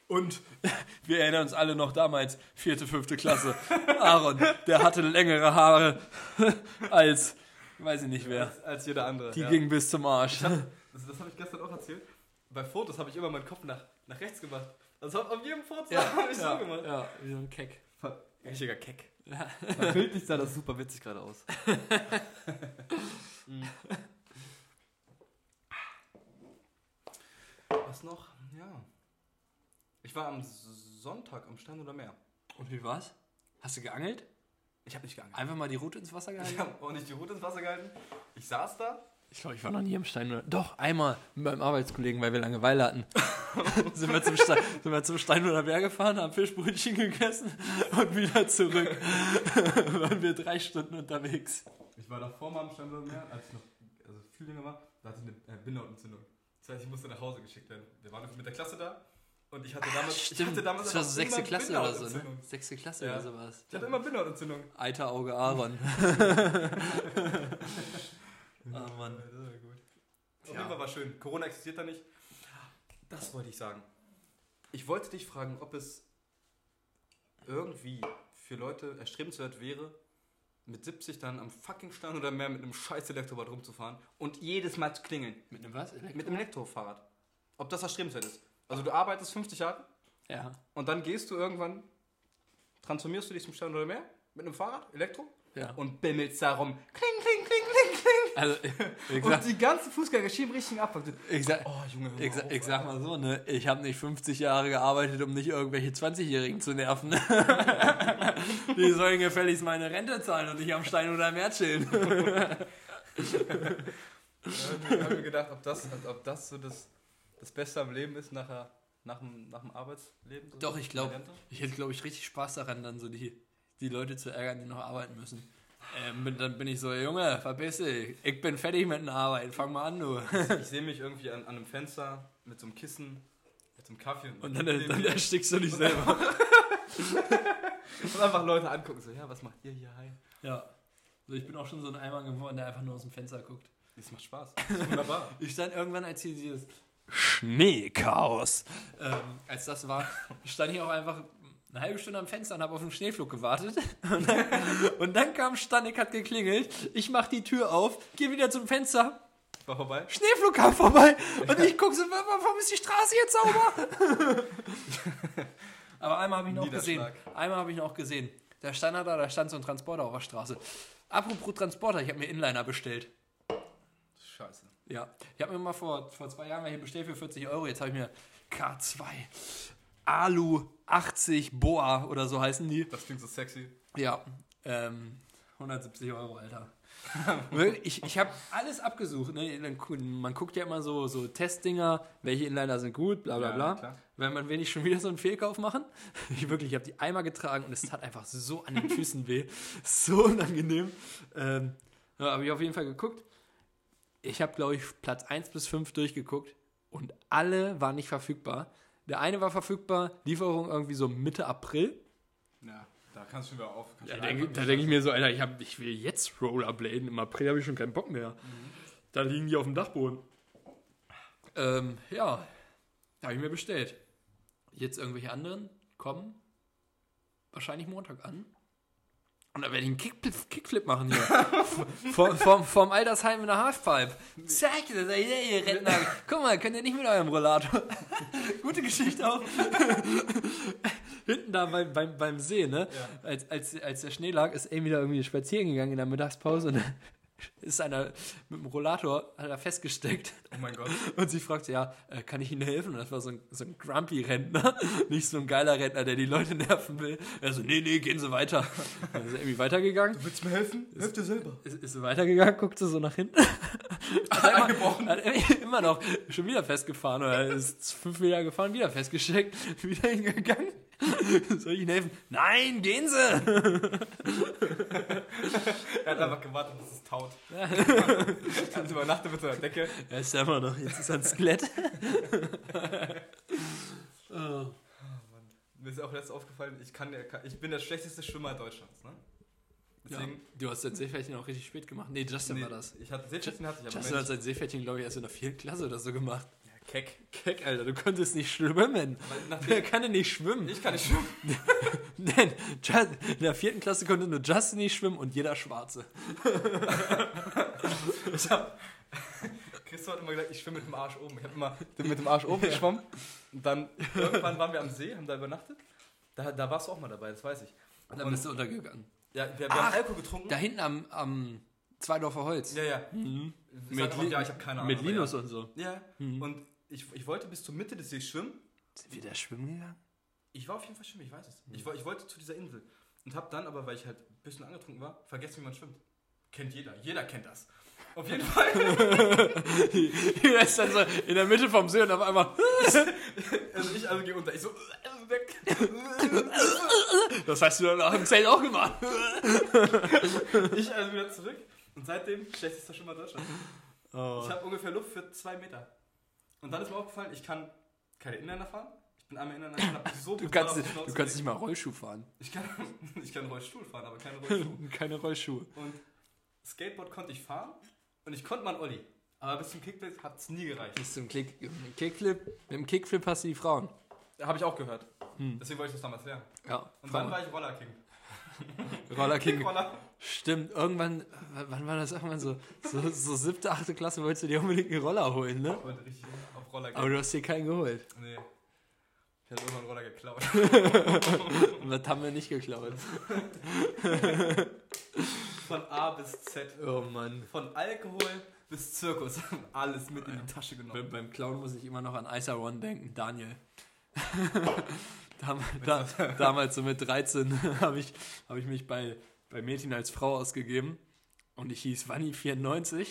S2: Und wir erinnern uns alle noch damals, vierte, fünfte Klasse. Aaron, der hatte längere Haare als, weiß ich nicht wer.
S1: Als, als jeder andere.
S2: Die
S1: ja.
S2: gingen bis zum Arsch.
S1: Das, das habe ich gestern auch erzählt. Bei Fotos habe ich immer meinen Kopf nach, nach rechts gemacht. Also auf, auf jedem Foto habe ich so gemacht.
S2: ja, wie so ein Keck.
S1: Ver- Richtiger Keck.
S2: Ja.
S1: Bildlich sah das super witzig gerade aus. Mhm. Was noch? Ja. Ich war am Sonntag am Stein oder Meer.
S2: Und wie war's? Hast du geangelt?
S1: Ich habe nicht geangelt.
S2: Einfach mal die Route ins Wasser gehalten?
S1: Ich habe auch nicht die Route ins Wasser gehalten. Ich saß da.
S2: Ich glaube, ich war noch nie im Stein. oder- Doch, einmal mit meinem Arbeitskollegen, weil wir Langeweile hatten. sind, wir zum Stein, sind wir zum Stein oder Berg gefahren, haben Fischbrötchen gegessen und wieder zurück. waren wir drei Stunden unterwegs.
S1: Ich war davor mal am Steinbruch Meer, als ich noch also viel jünger war, da hatte ich eine äh, Bindehautentzündung. Das heißt, ich musste nach Hause geschickt werden. Wir waren mit der Klasse da und ich hatte damals. ich hatte damals
S2: Ah, das war so
S1: einfach
S2: sechste
S1: immer
S2: Klasse oder so, ne?
S1: Bindehautentzündung.
S2: Sechste Klasse
S1: Ja.
S2: oder sowas.
S1: Ich hatte immer Bindehautentzündung.
S2: Alter Auge Aaron. oh Mann.
S1: Das war gut. Auf
S2: Tja.
S1: jeden Fall war schön. Corona existiert da nicht. Das wollte ich sagen. Ich wollte dich fragen, ob es irgendwie für Leute erstrebenswert wäre, mit 70 dann am fucking Stand oder mehr mit einem scheiß Elektrobad rumzufahren und jedes Mal zu klingeln.
S2: Mit einem was?
S1: Mit einem Elektrofahrrad. Ob das erstrebenswert ist. Also du arbeitest 50 Jahre
S2: Ja.
S1: und dann gehst du irgendwann, transformierst du dich zum Stand oder mehr mit einem Fahrrad, Elektro,
S2: ja.
S1: und bimmelst da rum. Kling, kling, kling, kling, kling.
S2: Also, ich
S1: Und
S2: sag,
S1: die ganzen Fußgänger schieben richtig ab.
S2: ich sag,
S1: Oh, Junge, hör
S2: ich,
S1: mal
S2: sa-
S1: auf,
S2: ich sag mal so, ne, ich habe nicht 50 Jahre gearbeitet, um nicht irgendwelche 20-Jährigen zu nerven. Die sollen gefälligst meine Rente zahlen und nicht am Stein oder am Meer chillen.
S1: Ich habe mir gedacht, ob das, ob das so das, das Beste am Leben ist nachher, nach, dem, nach dem Arbeitsleben. so
S2: Doch, ich
S1: die
S2: glaube,
S1: Rente.
S2: ich hätte, glaube ich, richtig Spaß daran, dann so die, die Leute zu ärgern, die noch arbeiten müssen. Ähm, bin- dann bin ich so, Junge, verpiss dich. Ich bin fertig mit der Arbeit, fang mal an, du.
S1: Ich sehe mich irgendwie an, an einem Fenster mit so einem Kissen, mit so einem Kaffee
S2: Und dann,
S1: dem-
S2: dann erstickst du dich selber.
S1: und einfach Leute angucken, so, ja, was macht ihr hier? Hi.
S2: Ja. So, ich bin auch schon so ein Eimer geworden, der einfach nur aus dem Fenster guckt.
S1: Das macht Spaß. Das ist wunderbar.
S2: Ich stand irgendwann, als hier dieses Schneechaos, ähm, als das war, stand ich auch einfach eine halbe Stunde am Fenster und habe auf den Schneeflug gewartet. Und dann, und dann kam Stanik, hat geklingelt, ich mache die Tür auf, gehe wieder zum Fenster,
S1: War vorbei.
S2: Schneeflug kam vorbei und ich gucke so, wa- wa- warum ist die Straße jetzt sauber? Aber einmal habe ich ihn auch gesehen.
S1: Niederschlag.
S2: Einmal habe ich ihn auch gesehen. Da stand er da, da stand so ein Transporter auf der Straße. Apropos Transporter, ich habe mir Inliner bestellt.
S1: Scheiße.
S2: Ja, ich habe mir mal vor, vor zwei Jahren welche bestellt für 40 Euro. Jetzt habe ich mir K2 Alu 80 Boa oder so heißen die.
S1: Das klingt so sexy.
S2: Ja, ähm, 170 Euro, Alter. ich ich habe alles abgesucht. Ne? Dann gu- Man guckt ja immer so, so Testdinger, welche Inliner sind gut, bla bla
S1: Ja,
S2: bla.
S1: klar.
S2: Wenn man will nicht schon wieder so einen Fehlkauf machen. Ich wirklich, ich habe die einmal getragen und es tat einfach so an den Füßen weh. So unangenehm. Ähm, ja, habe ich auf jeden Fall geguckt. Ich habe, glaube ich, Platz 1 bis 5 durchgeguckt und alle waren nicht verfügbar. Der eine war verfügbar, Lieferung irgendwie so Mitte April.
S1: Ja, da kannst du wieder auf. kannst
S2: Da
S1: du
S2: denke
S1: wieder
S2: da denk ich mir so, Alter, ich, hab, ich will jetzt Rollerbladen. Im April habe ich schon keinen Bock mehr. Da liegen die auf dem Dachboden. Ähm, ja, habe ich mir bestellt. Jetzt irgendwelche anderen kommen wahrscheinlich Montag an. Und dann werde ich einen Kickflip, Kickflip machen hier. vom, vom, vom Altersheim in der Halfpipe. Zack, da seid ihr, ihr Rentner. Guck mal, könnt ihr nicht mit eurem Rollator. Gute Geschichte auch. Hinten da beim, beim, beim See, ne? Als, als, als der Schnee lag, ist Amy da irgendwie spazieren gegangen in der Mittagspause und dann ist einer mit dem Rollator hat er festgesteckt
S1: Oh mein Gott.
S2: und sie fragte, ja, äh, kann ich Ihnen helfen? Und das war so ein, so ein Grumpy-Rentner, nicht so ein geiler Rentner, der die Leute nerven will. Er so, nee, nee, gehen Sie weiter. Dann ist er irgendwie weitergegangen
S1: Willst du mir helfen? Hilf dir selber.
S2: ist, ist weitergegangen, guckte so nach hinten. hat er immer,
S1: Eingebrochen.
S2: hat er immer noch schon wieder festgefahren oder ist fünf Meter gefahren, wieder festgesteckt, wieder hingegangen. Soll ich Ihnen helfen? Nein, gehen Sie!
S1: Er hat einfach gewartet, bis es taut. Dann übernachtet mit seiner Decke.
S2: Er ist ja immer noch, jetzt ist er ein Skelett. oh.
S1: Mir ist auch letztens aufgefallen, ich, kann, der- ich bin der schlechteste Schwimmer Deutschlands. Ne?
S2: ja.
S1: Deswegen,
S2: Du hast dein Seepferdchen auch richtig spät gemacht. Nee, Justin
S1: nee,
S2: war das.
S1: Ich hatte Seepferdchen hatte ich, aber
S2: Justin hat
S1: Mensch,
S2: sein Seepferdchen, glaube ich, erst in der vierten Klasse oder so gemacht.
S1: keck.
S2: Keck, Alter, du konntest nicht schwimmen.
S1: Weil nachdem-
S2: Wer kann denn nicht schwimmen?
S1: Ich kann nicht schwimmen.
S2: Nein, Just, in der vierten Klasse konnte nur Justin nicht schwimmen und jeder Schwarze.
S1: Ich hab, Christoph hat immer gesagt, ich schwimme mit dem Arsch oben. Ich habe immer mit dem Arsch oben geschwommen. Und dann irgendwann waren wir am See, haben da übernachtet. Da, da warst du auch mal dabei, das weiß ich.
S2: Und dann bist du untergegangen.
S1: Ja, wir, wir
S2: Ach,
S1: haben Alkohol getrunken.
S2: Da hinten am, am Zweidorfer Holz.
S1: ja, ja. Ich sag
S2: Mit
S1: einfach,
S2: Li-
S1: ja, ich habe keine Ahnung.
S2: Mit
S1: aber
S2: Linus Mhm. und so.
S1: Ja. ja. Und ich, ich wollte bis zur Mitte des Sees schwimmen.
S2: Sind wir da schwimmen gegangen?
S1: Ich war auf jeden Fall schwimmen, ich weiß es.
S2: Mhm.
S1: Ich, woll- ich wollte zu dieser Insel. Und habe dann aber, weil ich halt ein bisschen angetrunken war, vergessen, wie man schwimmt. Kennt jeder. Jeder kennt das. Auf jeden Fall.
S2: er ist dann so in der Mitte vom See und auf einmal,
S1: Also ich also gehe unter. Ich so, äh, weg.
S2: das hast du dann auch im Zelt auch gemacht.
S1: Ich also wieder zurück und seitdem schlechtester Schwimmer Deutschland.
S2: Oh.
S1: Ich habe ungefähr Luft für zwei Meter. Und dann ist mir aufgefallen, ich kann keine Inliner fahren. Ich bin einmal Inliner, ich hab so
S2: Du
S1: brutal
S2: kannst,
S1: auf die Schnauze
S2: du kannst nicht mal Rollschuh fahren.
S1: gelegt. ich kann, ich kann Rollstuhl fahren, aber keine Rollstuhl.
S2: Keine Rollschuhe.
S1: Und Skateboard konnte ich fahren und ich konnte mal einen Olli. Aber bis zum Kickflip hat's nie gereicht.
S2: Bis zum Kick, Kickflip. Mit dem Kickflip hast du die Frauen.
S1: Habe ich auch gehört.
S2: Hm.
S1: Deswegen wollte ich das damals lernen.
S2: Ja,
S1: Und dann war ich Roller King.
S2: Roller King.
S1: Roller.
S2: Stimmt, irgendwann, w- wann war das irgendwann so? So, so siebte, achte Klasse wolltest du dir unbedingt einen Roller holen, ne?
S1: Ich wollte richtig auf Roller gehen.
S2: Aber du hast dir keinen geholt.
S1: Nee. Ich habe irgendwann Roller geklaut.
S2: Und das haben wir nicht geklaut.
S1: Von A bis Z.
S2: Oh Mann.
S1: Von Alkohol bis Zirkus. Alles mit in die Tasche
S2: Be
S1: genommen.
S2: beim Clown muss ich immer noch an Ice One denken, Daniel. Dam da damals so mit 13 habe ich, hab ich mich bei, bei Mädchen als Frau ausgegeben und ich hieß Vanni94.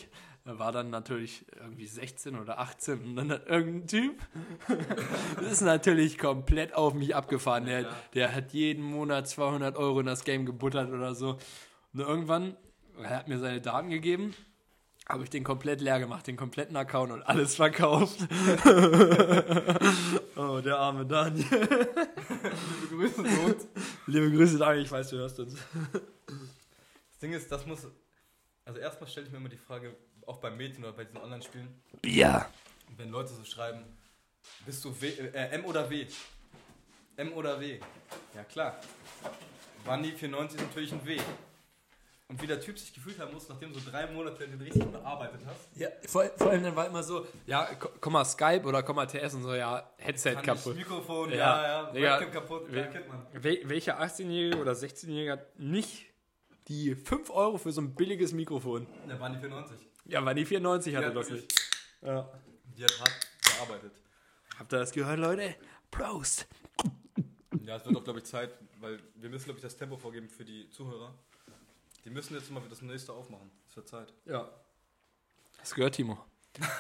S2: War dann natürlich irgendwie 16 oder 18 und dann hat irgendein Typ, das ist natürlich komplett auf mich abgefahren. Der,
S1: Ja, klar.
S2: der hat jeden Monat 200 Euro in das Game gebuttert oder so. Und irgendwann, er hat mir seine Daten gegeben habe ich den komplett leer gemacht, den kompletten Account und alles verkauft. oh, der arme Daniel.
S1: Liebe Grüße, Sohn.
S2: Liebe Grüße, Daniel, ich weiß, du hörst uns.
S1: Das Ding ist, das muss. Also, erstmal stelle ich mir immer die Frage, auch bei Mädchen oder bei diesen Online-Spielen,
S2: Bier.
S1: wenn Leute so schreiben: Bist du w, äh, M oder W? M oder W? Ja, klar. Wanni 94 ist natürlich ein W. Und wie der Typ sich gefühlt haben muss, nachdem du so drei Monate den richtig bearbeitet hast,
S2: Ja, vor, vor allem dann war immer so, ja, ko- komm mal Skype oder komm mal TS und so, ja, Headset
S1: kann
S2: kaputt.
S1: ich Mikrofon,
S2: Ja,
S1: ja, ja,
S2: Digga.
S1: Webcam kaputt,
S2: Wir-
S1: ja, kennt man.
S2: Wel welcher 18-Jährige oder 16-Jährige hat nicht die 5 Euro für so ein billiges Mikrofon?
S1: Der Wanni 94.
S2: Ja, war die 94 hatte
S1: Ja,
S2: das
S1: wirklich.
S2: nicht. Ja.
S1: Die hat hart gearbeitet.
S2: Habt ihr das gehört, Leute? Prost.
S1: Ja, es wird auch, glaube ich, Zeit, weil wir müssen, glaube ich, das Tempo vorgeben für die Zuhörer. Die müssen jetzt mal das nächste aufmachen. Es wird Zeit.
S2: Ja. Das gehört, Timo.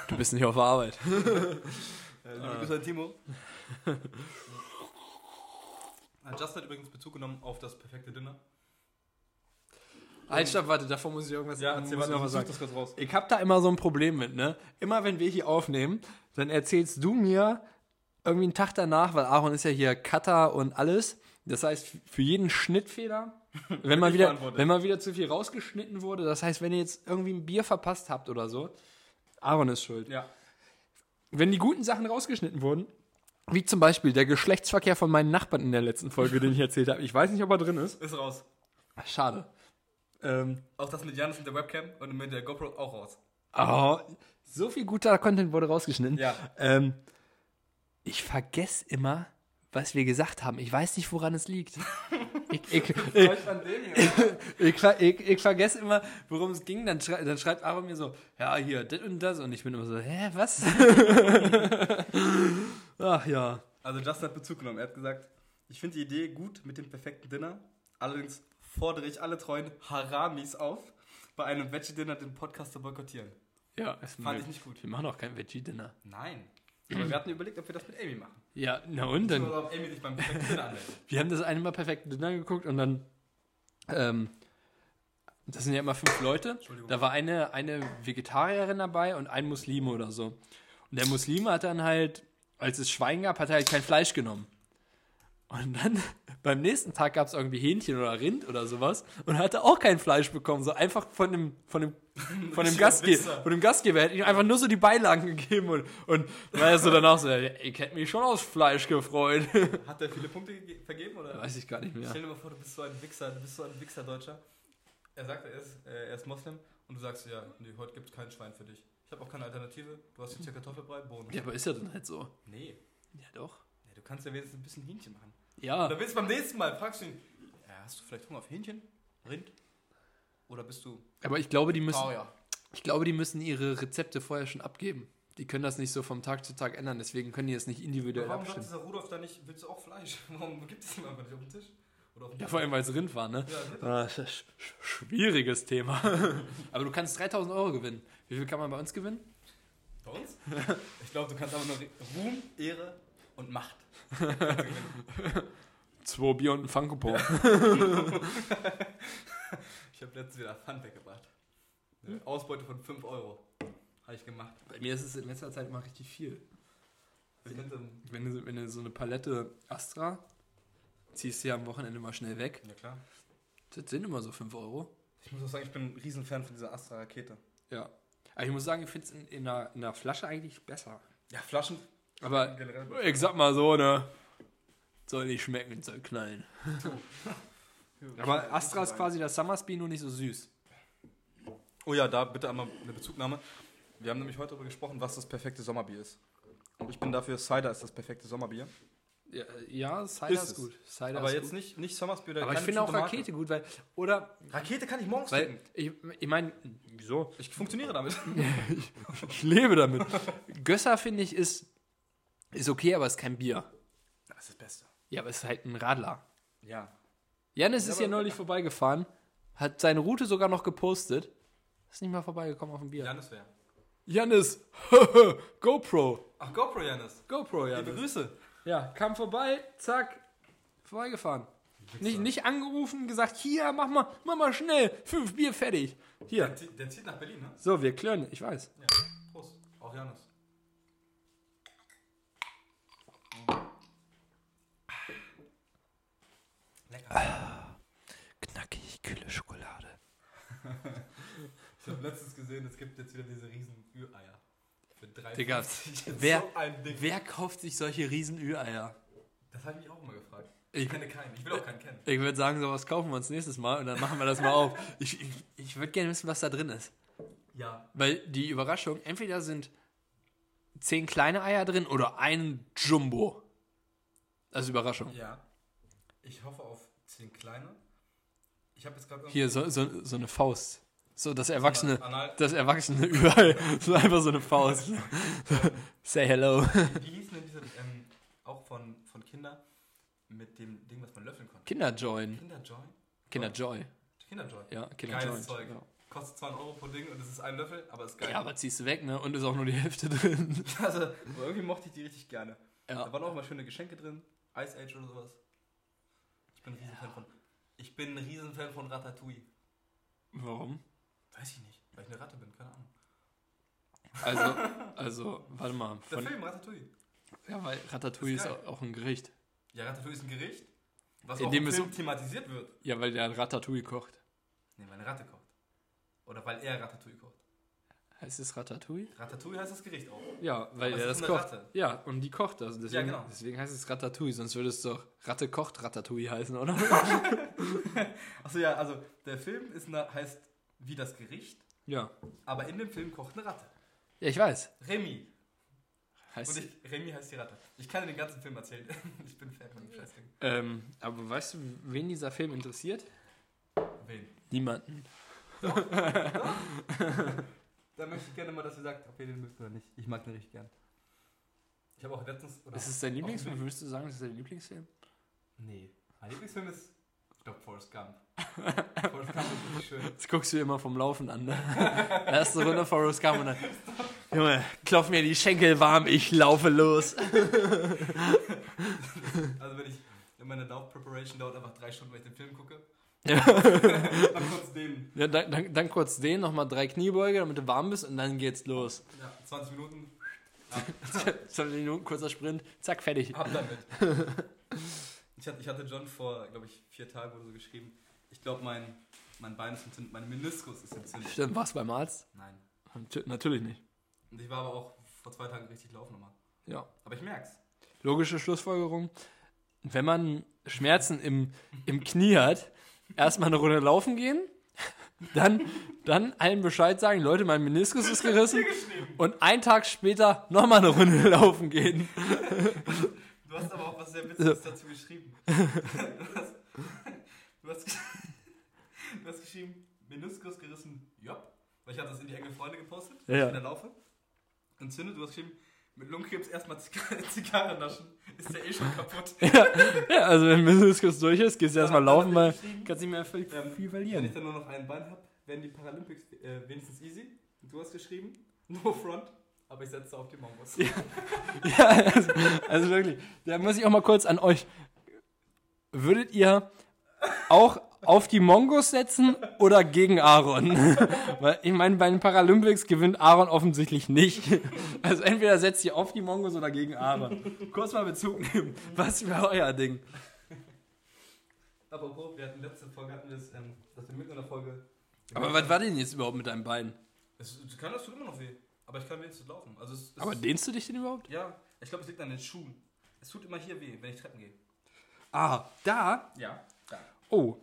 S2: Du bist nicht auf der Arbeit.
S1: Äh, liebe
S2: Ah.
S1: Grüße an Timo. Äh, Justin hat übrigens Bezug genommen auf das perfekte Dinner.
S2: Halt, stopp, warte, davor muss ich irgendwas muss ich noch was sagen.
S1: das kurz raus.
S2: Ich hab da immer so ein Problem mit, ne? Immer wenn wir hier aufnehmen, dann erzählst du mir irgendwie einen Tag danach, weil Aaron ist ja hier Cutter und alles. Das heißt, für jeden Schnittfehler, wenn mal, wieder,
S1: verantwortlich.
S2: wenn mal wieder zu viel rausgeschnitten wurde, das heißt, wenn ihr jetzt irgendwie ein Bier verpasst habt oder so, Aaron ist schuld.
S1: Ja.
S2: Wenn die guten Sachen rausgeschnitten wurden, wie zum Beispiel der Geschlechtsverkehr von meinen Nachbarn in der letzten Folge, den ich erzählt habe, ich weiß nicht, ob er drin ist.
S1: Ist raus.
S2: Schade. Ähm,
S1: Auch das mit Janis mit der Webcam und mit der GoPro auch raus.
S2: Oh, so viel guter Content wurde rausgeschnitten.
S1: Ja.
S2: Ähm, ich vergesse immer, was wir gesagt haben. Ich weiß nicht, woran es liegt. ich, ich, ich,
S1: an dem hier.
S2: ich, ver- ich, ich vergesse immer, worum es ging. Dann, schrei dann schreibt Aaron mir so, ja, hier, das und das. Und ich bin immer so, hä, was? Ach ja.
S1: Also Justin hat Bezug genommen. Er hat gesagt, ich finde die Idee gut mit dem perfekten Dinner. Allerdings fordere ich alle treuen Haramis auf, bei einem Veggie-Dinner den Podcast zu boykottieren.
S2: Ja, es
S1: Fand ich nicht gut.
S2: Wir machen auch kein Veggie-Dinner.
S1: Nein. Aber wir hatten überlegt, ob wir das mit Amy machen.
S2: Ja, na und dann.
S1: Oder ob Amy sich beim perfekten Dinner anmeldet.
S2: Wir haben das eine Mal perfekt Dinner geguckt und dann, ähm, das sind ja immer fünf Leute.
S1: Entschuldigung.
S2: Da war eine, eine Vegetarierin dabei und ein Muslim oder so. Und der Muslim hat dann halt, als es Schwein gab, hat er halt kein Fleisch genommen. Und dann beim nächsten Tag gab es irgendwie Hähnchen oder Rind oder sowas und hatte auch kein Fleisch bekommen. So einfach von dem, von dem, von dem,
S1: Richtiger
S2: Gastge
S1: Wichser.
S2: von dem Gastgeber. Er hat ihm einfach nur so die Beilagen gegeben und, und war er so danach so, "Ja, ich hätte mich schon aufs Fleisch gefreut.
S1: Hat der viele Punkte gege- vergeben? Oder?
S2: Weiß ich gar nicht mehr.
S1: Stell dir mal vor, du bist so ein Wichser, du bist so ein Wichser-Deutscher. Er sagt, er ist, äh, er ist Moslem und du sagst, ja, nee, heute gibt es kein Schwein für dich. Ich habe auch keine Alternative. Du hast jetzt hier Kartoffelbrei, Bohnen.
S2: Ja, aber ist ja dann halt so.
S1: Nee.
S2: Ja, doch.
S1: nee, du kannst ja wenigstens ein bisschen Hähnchen machen. Und
S2: Ja,
S1: dann willst du beim nächsten Mal, fragst du ihn, ja, hast du vielleicht Hunger auf Hähnchen, Rind? Oder bist du
S2: aber ich glaube, die müssen,
S1: Tauer?
S2: ich glaube, die müssen ihre Rezepte vorher schon abgeben. Die können das nicht so vom Tag zu Tag ändern, deswegen können die das nicht individuell
S1: Warum sagt
S2: abstimmen.
S1: dieser Rudolf da nicht, willst du auch Fleisch? Warum gibt es ihm einfach nicht auf den Tisch? Oder auf den
S2: Ja, vor allem, weil es Rind war, ne?
S1: Ja, Rind.
S2: Ah, sch- sch- schwieriges Thema. aber du kannst 3000 Euro gewinnen. Wie viel kann man bei uns gewinnen?
S1: Bei uns? Ich glaube, du kannst aber nur Ruhm, Ehre und Macht.
S2: Zwei Bier und ein Funko ja.
S1: Ich habe letztens wieder Pfand weggebracht. Eine Ausbeute von 5 Euro. Habe ich gemacht.
S2: Bei mir ist es in letzter Zeit immer richtig viel.
S1: Das könnte-
S2: Wenn du, wenn du so eine Palette Astra ziehst, du ja am Wochenende mal schnell weg.
S1: Ja klar.
S2: Das sind immer so 5 Euro.
S1: Ich muss auch sagen, ich bin ein Riesenfan von dieser Astra-Rakete.
S2: Ja. Aber ich muss sagen, ich finde es in, in, einer, in einer Flasche eigentlich besser.
S1: Ja, Flaschen
S2: Aber
S1: generell.
S2: ich sag mal so, ne? Soll nicht schmecken, soll knallen. Aber Astra ist quasi das Summersby, nur nicht so süß.
S1: Oh ja, da bitte einmal eine Bezugnahme. Wir haben nämlich heute darüber gesprochen, was das perfekte Sommerbier ist. Und ich bin dafür, Cider ist das perfekte Sommerbier.
S2: Ja, ja Cider ist,
S1: Ist es.
S2: gut. Cider
S1: Aber
S2: ist
S1: jetzt
S2: gut.
S1: nicht, nicht Summersby oder
S2: Aber ich
S1: keine
S2: finde auch
S1: bestimmte
S2: Rakete gut, weil. Oder.
S1: Marke. Rakete kann ich morgens
S2: Weil
S1: trinken.
S2: ich, ich meine, wieso?
S1: Ich funktioniere damit.
S2: Ich lebe damit. Gösser, finde ich, ist, ist okay, aber ist kein Bier.
S1: Das ist das Beste.
S2: Ja, aber es ist halt ein Radler.
S1: Ja.
S2: Janis
S1: Ja,
S2: ist
S1: aber-
S2: hier neulich vorbeigefahren, hat seine Route sogar noch gepostet. Ist nicht mal vorbeigekommen auf dem Bier.
S1: Janis wäre.
S2: Janis, GoPro.
S1: Ach, GoPro Janis.
S2: GoPro,
S1: Liebe
S2: Janis.
S1: Grüße.
S2: Ja, kam vorbei, zack, vorbeigefahren. Nicht, nicht angerufen, gesagt, hier, mach mal, mach mal schnell, fünf Bier fertig.
S1: Der,
S2: Hier.
S1: zieht- der zieht nach Berlin, ne?
S2: So, wir klirren, ich weiß.
S1: Ja. Prost. Auch Janis. Lecker.
S2: Knackig, kühle Schokolade.
S1: Ich habe letztens gesehen, es gibt jetzt wieder diese riesen Üreier. Für drei
S2: Digga, wer-
S1: wer? So ein Ding.
S2: Wer kauft sich solche riesen Ü-Eier?
S1: Das habe ich mich auch mal gefragt. Ich,
S2: Ich-
S1: kenne keinen. Ich will auch keinen kennen.
S2: Ich würde sagen, sowas kaufen wir uns nächstes Mal und dann machen wir das mal auf. Ich, ich, ich würde gerne wissen, was da drin ist.
S1: Ja.
S2: Weil die Überraschung, entweder sind zehn kleine Eier drin oder ein Jumbo. Als Überraschung.
S1: Ja. Ich hoffe auf zehn kleine. Ich habe jetzt gerade
S2: Hier, so, so, so eine Faust. So das erwachsene,
S1: Anal.
S2: das erwachsene überall. So einfach so eine Faust. Say hello.
S1: Wie hießen denn diese, ähm, auch von, von Kinder, mit dem Ding, was man löffeln konnte?
S2: Kinderjoin.
S1: Kinderjoy?
S2: Kinderjoy.
S1: Kinderjoy.
S2: Ja, Kinderjoy.
S1: Geiles Zeug. Kostet 2 Euro pro Ding und es ist ein Löffel, aber ist
S2: Ja.
S1: geil.
S2: ja, aber ziehst du weg, ne? Und ist auch nur die Hälfte drin.
S1: also, aber irgendwie mochte ich die richtig gerne. Da
S2: Ja.
S1: waren auch mal schöne Geschenke drin. Ice Age oder sowas. Ich bin ein Riesenfan von. Ich bin ein Riesenfan von Ratatouille.
S2: Warum?
S1: Weiß ich nicht, weil ich eine Ratte bin, keine Ahnung.
S2: Also, also, warte mal.
S1: Der
S2: Von,
S1: Film Ratatouille.
S2: ja, weil Ratatouille
S1: Ist
S2: ist
S1: geil.
S2: auch, auch ein Gericht.
S1: Ja, Ratatouille ist ein Gericht, was
S2: In
S1: auch
S2: dem
S1: im
S2: es
S1: Film thematisiert wird.
S2: Ja, weil der Ratatouille kocht.
S1: Nee, weil eine Ratte kocht. Oder weil er Ratatouille kocht.
S2: Heißt es Ratatouille?
S1: Ratatouille heißt das Gericht auch.
S2: Ja, weil
S1: Aber
S2: er
S1: es
S2: das
S1: ist eine
S2: kocht.
S1: Ratte.
S2: Ja, und die kocht das. Und Deswegen,
S1: genau.
S2: deswegen heißt es Ratatouille, sonst würde es doch Ratte kocht Ratatouille heißen, oder?
S1: Achso, ja, also der Film ist eine, heißt wie das Gericht,
S2: ja.
S1: aber in dem Film kocht eine Ratte.
S2: Ja, ich weiß.
S1: Remy. Und
S2: Heißt,
S1: ich, Remy heißt die Ratte. Ich kann dir den ganzen Film erzählen. Ich bin Fan von dem Scheißding.
S2: ähm, aber weißt du, wen dieser Film interessiert?
S1: Wen?
S2: Niemanden.
S1: Da möchte ich gerne mal, dass ihr sagt, ob ihr den mögt oder nicht. Ich mag den richtig gern. Ich habe auch letztens. Oder
S2: Ist es dein Lieblingsfilm?
S1: Auch-
S2: Würdest du sagen, das ist dein Lieblingsfilm?
S1: Nee. Mein Lieblingsfilm ist. Ich glaube, Forrest Gump. Forrest Gump ist richtig schön.
S2: Das guckst du immer vom Laufen an, ne? Erste Runde Forrest Gump und dann, Junge, klopf mir die Schenkel warm, ich laufe los.
S1: Also, wenn ich. Wenn meine Lauf-Preparation dauert einfach drei Stunden, wenn ich den Film gucke.
S2: ja,
S1: Dann kurz den.
S2: dann, dann, dann kurz den, nochmal drei Kniebeuge, damit du warm bist und dann geht's los.
S1: Ja, 20 Minuten.
S2: 20 Minuten, kurzer Sprint, zack, fertig.
S1: Ab damit. Ich hatte, ich hatte John vor, glaube ich, vier Tagen oder so geschrieben. Ich glaube, mein, mein Bein ist entzündet. Mein Meniskus ist entzündet.
S2: Stimmt, warst du beim Arzt?
S1: Nein.
S2: Natu- Natürlich nicht.
S1: Und ich war aber auch vor zwei Tagen richtig laufen nochmal.
S2: Ja.
S1: Aber ich merk's.
S2: Logische Schlussfolgerung, wenn man Schmerzen im, im Knie hat, erstmal eine Runde laufen gehen, dann, dann allen Bescheid sagen, Leute, mein Meniskus ist gerissen und einen Tag später nochmal eine Runde laufen gehen.
S1: Du hast aber auch was sehr Witziges dazu geschrieben. Du hast, du hast, du hast geschrieben, Meniskus gerissen, jopp. Weil ich hatte das in die enge Freunde gepostet, dass
S2: Ja, ja.
S1: ich in der Laufe. Entzündet, du hast geschrieben, mit Lungenkrebs erstmal Zigarre, Zigarre naschen, ist der eh schon kaputt.
S2: Ja, also wenn Meniskus durch ist, gehst du erstmal
S1: Dann hat
S2: laufen,
S1: er
S2: weil
S1: geschrieben,
S2: kannst nicht mehr viel,
S1: Ähm,
S2: viel
S1: Wenn ich
S2: verlieren.
S1: dann nur noch ein Bein habe, werden die Paralympics äh, wenigstens easy. Und Du hast geschrieben, no front, aber ich setze auf die Mongos.
S2: Ja, also, also wirklich, da muss ich auch mal kurz an euch. Würdet ihr auch auf die Mongos setzen oder gegen Aaron? Weil ich meine, bei den Paralympics gewinnt Aaron offensichtlich nicht. Also entweder setzt ihr auf die Mongos oder gegen Aaron. Kurz mal Bezug nehmen. Was wäre euer Ding?
S1: Apropos, wir hatten letzte Folge, hatten wir das, ähm, dass wir mitten in der Folge.
S2: Aber was war denn jetzt überhaupt mit deinem Bein?
S1: Es, es kann, das tut immer noch weh. Aber ich kann wenigstens laufen. Also es, es
S2: Aber dehnst du dich denn überhaupt?
S1: Ja, ich glaube, es liegt an den Schuhen. Es tut immer hier weh, wenn ich Treppen gehe.
S2: Ah, da.
S1: Ja, da.
S2: Oh.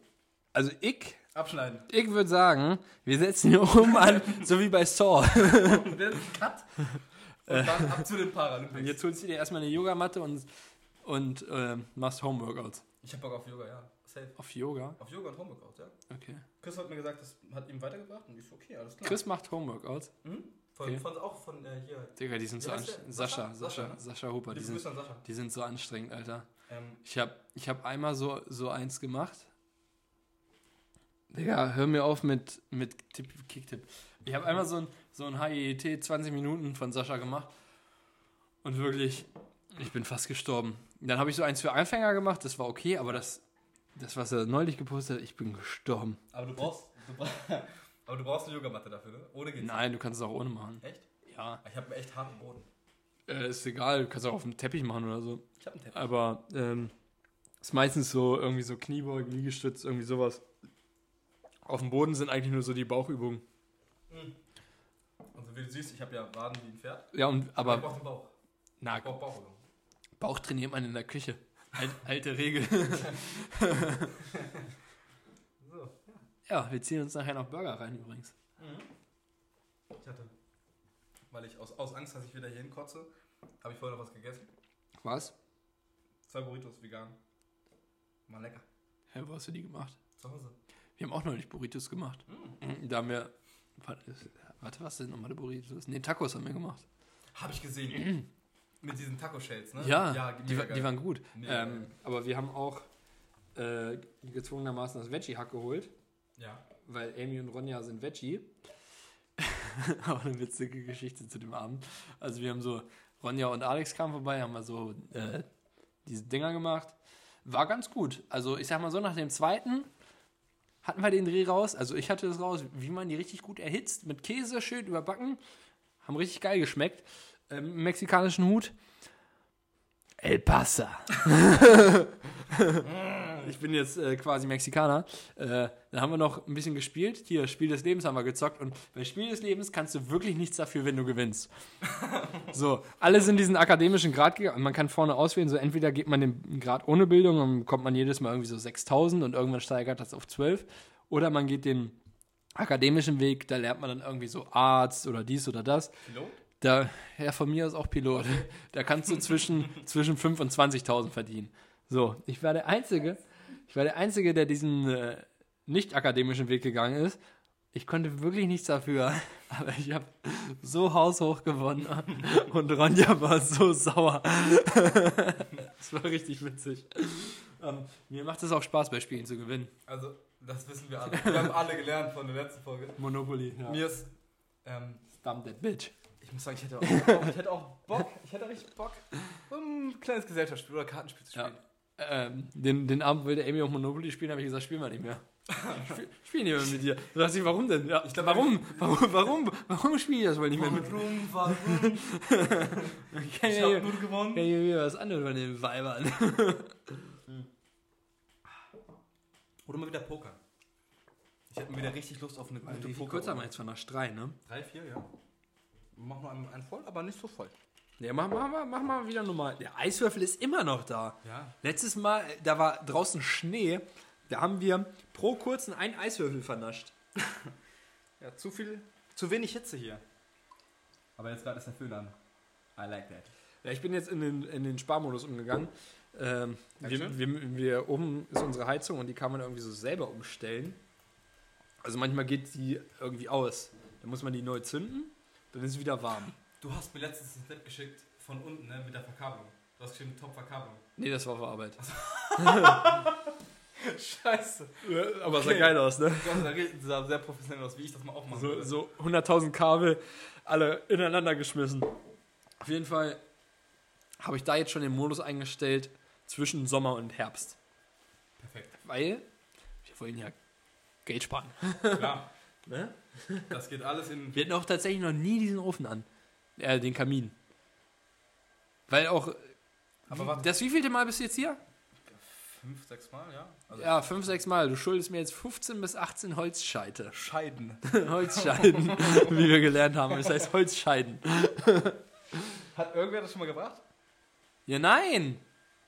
S2: Also ich,
S1: Abschneiden.
S2: ich würde sagen, wir setzen hier oben an, so wie bei Saw.
S1: Und dann Cut. Und dann ab zu den Paralympics.
S2: Jetzt holst du dir erstmal eine Yogamatte und, und ähm, machst Homeworkouts.
S1: Ich hab Bock auf Yoga, ja. Safe.
S2: Auf Yoga?
S1: Auf Yoga und Homeworkout, ja.
S2: Okay.
S1: Chris hat mir gesagt, das hat ihm weitergebracht und ich so, okay, alles klar.
S2: Chris macht Homeworkouts.
S1: Mhm. Von,
S2: Okay.
S1: von, auch von äh, hier.
S2: Digga, die sind so
S1: Wie heißt der?
S2: anstrengend. Sascha,
S1: Sascha?
S2: Sascha, Sascha Huber, die
S1: Liebe Grüße
S2: sind,
S1: an Sascha.
S2: die sind so anstrengend, Alter.
S1: Ähm,
S2: Ich hab, ich hab einmal so, so eins gemacht. Digga, hör mir auf mit, mit Tipp, Kicktipp. Ich habe einmal so ein, so ein HIIT 20 Minuten von Sascha gemacht. Und wirklich, ich bin fast gestorben. Dann habe ich so eins für Anfänger gemacht, das war okay, aber das, das was er neulich gepostet hat, ich bin gestorben.
S1: aber, du brauchst, du brauchst, aber du brauchst eine Yogamatte dafür, ne? Ohne geht's.
S2: Nein, du kannst es auch ohne machen.
S1: Echt? Ah,
S2: Ja,
S1: Ich hab einen echt harten Boden.
S2: äh, ist egal, du kannst auch auf dem Teppich machen oder so.
S1: Ich hab einen Teppich.
S2: Aber ähm, ist meistens so irgendwie so Kniebeugen, Liegestütz, irgendwie sowas. Auf dem Boden sind eigentlich nur so die Bauchübungen.
S1: Und so wie du siehst, ich hab ja Waden wie ein Pferd.
S2: Ja, und
S1: ich
S2: aber
S1: brauch den Bauch.
S2: na,
S1: Ich brauch Bauchübung.
S2: Bauch trainiert man in der Küche. Al alte Regel.
S1: So, ja.
S2: Ja, wir ziehen uns nachher noch Burger rein übrigens.
S1: Ich hatte, weil ich aus, aus Angst, dass ich wieder hier hinkotze, habe ich vorher noch was gegessen.
S2: Was?
S1: Zwei Burritos vegan. War lecker.
S2: Hä, wo hast du die gemacht?
S1: Zu Hause.
S2: Wir haben auch neulich Burritos gemacht. Da haben wir. Warte, was sind nochmal die Burritos? Nee, Tacos haben wir gemacht.
S1: Habe ich gesehen. Mit diesen Taco-Shells, ne?
S2: Ja,
S1: ja
S2: die, wa- die waren gut.
S1: Mega
S2: Ähm,
S1: geil.
S2: aber wir haben auch äh, gezwungenermaßen das Veggie-Hack geholt.
S1: Ja.
S2: weil Amy und Ronja sind Veggie. Auch eine witzige Geschichte zu dem Abend. Also wir haben so, Ronja und Alex kamen vorbei, haben mal so äh, diese Dinger gemacht. War ganz gut. Also ich sag mal so, nach dem zweiten hatten wir den Dreh raus. Also ich hatte das raus, wie man die richtig gut erhitzt, mit Käse schön überbacken. Haben richtig geil geschmeckt. Ähm, mexikanischen Hut. El Pasa. ich bin jetzt äh, quasi Mexikaner. Äh, dann haben wir noch ein bisschen gespielt. Hier, Spiel des Lebens haben wir gezockt. Und bei Spiel des Lebens kannst du wirklich nichts dafür, wenn du gewinnst. so, alle sind diesen akademischen Grad gegangen. Man kann vorne auswählen, so entweder geht man den Grad ohne Bildung und kommt man jedes Mal irgendwie so 6000 und irgendwann steigert das auf 12. Oder man geht den akademischen Weg, da lernt man dann irgendwie so Arzt oder dies oder das.
S1: Pilot?
S2: Da, ja, von mir aus auch Pilot. Da kannst du zwischen, zwischen 5.000 und 20.000 verdienen. So, ich war der Einzige, ich war der Einzige, der diesen äh, nicht-akademischen Weg gegangen ist. Ich konnte wirklich nichts dafür, aber ich habe so haushoch gewonnen und Ronja war so sauer. Das war richtig witzig. Ähm, mir macht es auch Spaß, bei Spielen zu gewinnen.
S1: Also, das wissen wir alle. Wir haben alle gelernt von der letzten Folge.
S2: Monopoly, ja.
S1: Mir ist, ähm,
S2: Dumb that bitch.
S1: ich muss sagen, ich hätte auch, ich hätte auch Bock, ich hätte richtig Bock, um ein kleines Gesellschaftsspiel oder Kartenspiel zu
S2: Ja.
S1: spielen.
S2: Ähm, den, den Abend wollte Amy auch Monopoly spielen, habe ich gesagt, spielen wir nicht mehr. Spiel, spielen wir mit dir. Du sagst, warum denn? Ja, ich glaub, warum? warum? Warum? Warum spiele ich das wohl nicht mehr mit?
S1: Warum, warum?
S2: Ich kann
S1: Ich
S2: ja
S1: hab
S2: hier-
S1: nur gewonnen.
S2: kann ja hier was anderes von den Weibern.
S1: Oder mal wieder Poker. Ich hätte mal wieder richtig Lust auf eine gute
S2: Wie
S1: Poker.
S2: kurz haben wir jetzt von der Strei, ne?
S1: Drei, vier, ja. Mach nur einen, einen voll, aber nicht so voll.
S2: Ja, mach, mach, mach, mach mal wieder normal. Der Eiswürfel ist immer noch da.
S1: Ja.
S2: Letztes Mal, äh, da war draußen Schnee, da haben wir pro kurzen einen Eiswürfel vernascht.
S1: Ja, zu viel, zu wenig Hitze hier. Aber jetzt gerade ist der Föhn an. I like that.
S2: Ja, ich bin jetzt in den, in den Sparmodus umgegangen. Ähm, wir,
S1: Dankeschön.
S2: wir, wir oben ist unsere Heizung und die kann man irgendwie so selber umstellen. Also manchmal geht die irgendwie aus. Dann muss man die neu zünden, dann ist es wieder warm.
S1: Du hast mir letztens ein Bild geschickt von unten, ne, mit der Verkabelung. Du hast geschrieben, top Verkabelung.
S2: Nee, das war für Arbeit.
S1: Scheiße.
S2: Aber
S1: sah
S2: sah
S1: geil
S2: geil aus, ne?
S1: Du hast da richtig- sah sehr professionell aus, wie ich das mal auch machen
S2: So,
S1: würde.
S2: so 100.000 Kabel alle ineinander geschmissen. Auf jeden Fall habe ich da jetzt schon den Modus eingestellt zwischen Sommer und Herbst.
S1: Perfekt.
S2: Weil wir wollen ja Geld sparen.
S1: Klar,
S2: Ne?
S1: das geht alles in.
S2: Wir hatten auch tatsächlich noch nie diesen Ofen an. Äh, den Kamin. Weil auch.
S1: Aber warte.
S2: Das wievielte Mal bist du jetzt hier?
S1: Fünf, sechs Mal, ja? Also
S2: Ja, fünf, sechs Mal. Du schuldest mir jetzt 15 bis 18 Holzscheite.
S1: Scheiden.
S2: Holzscheiden, wie wir gelernt haben. Das heißt Holzscheiden.
S1: Hat irgendwer das schon mal gebracht?
S2: Ja, nein!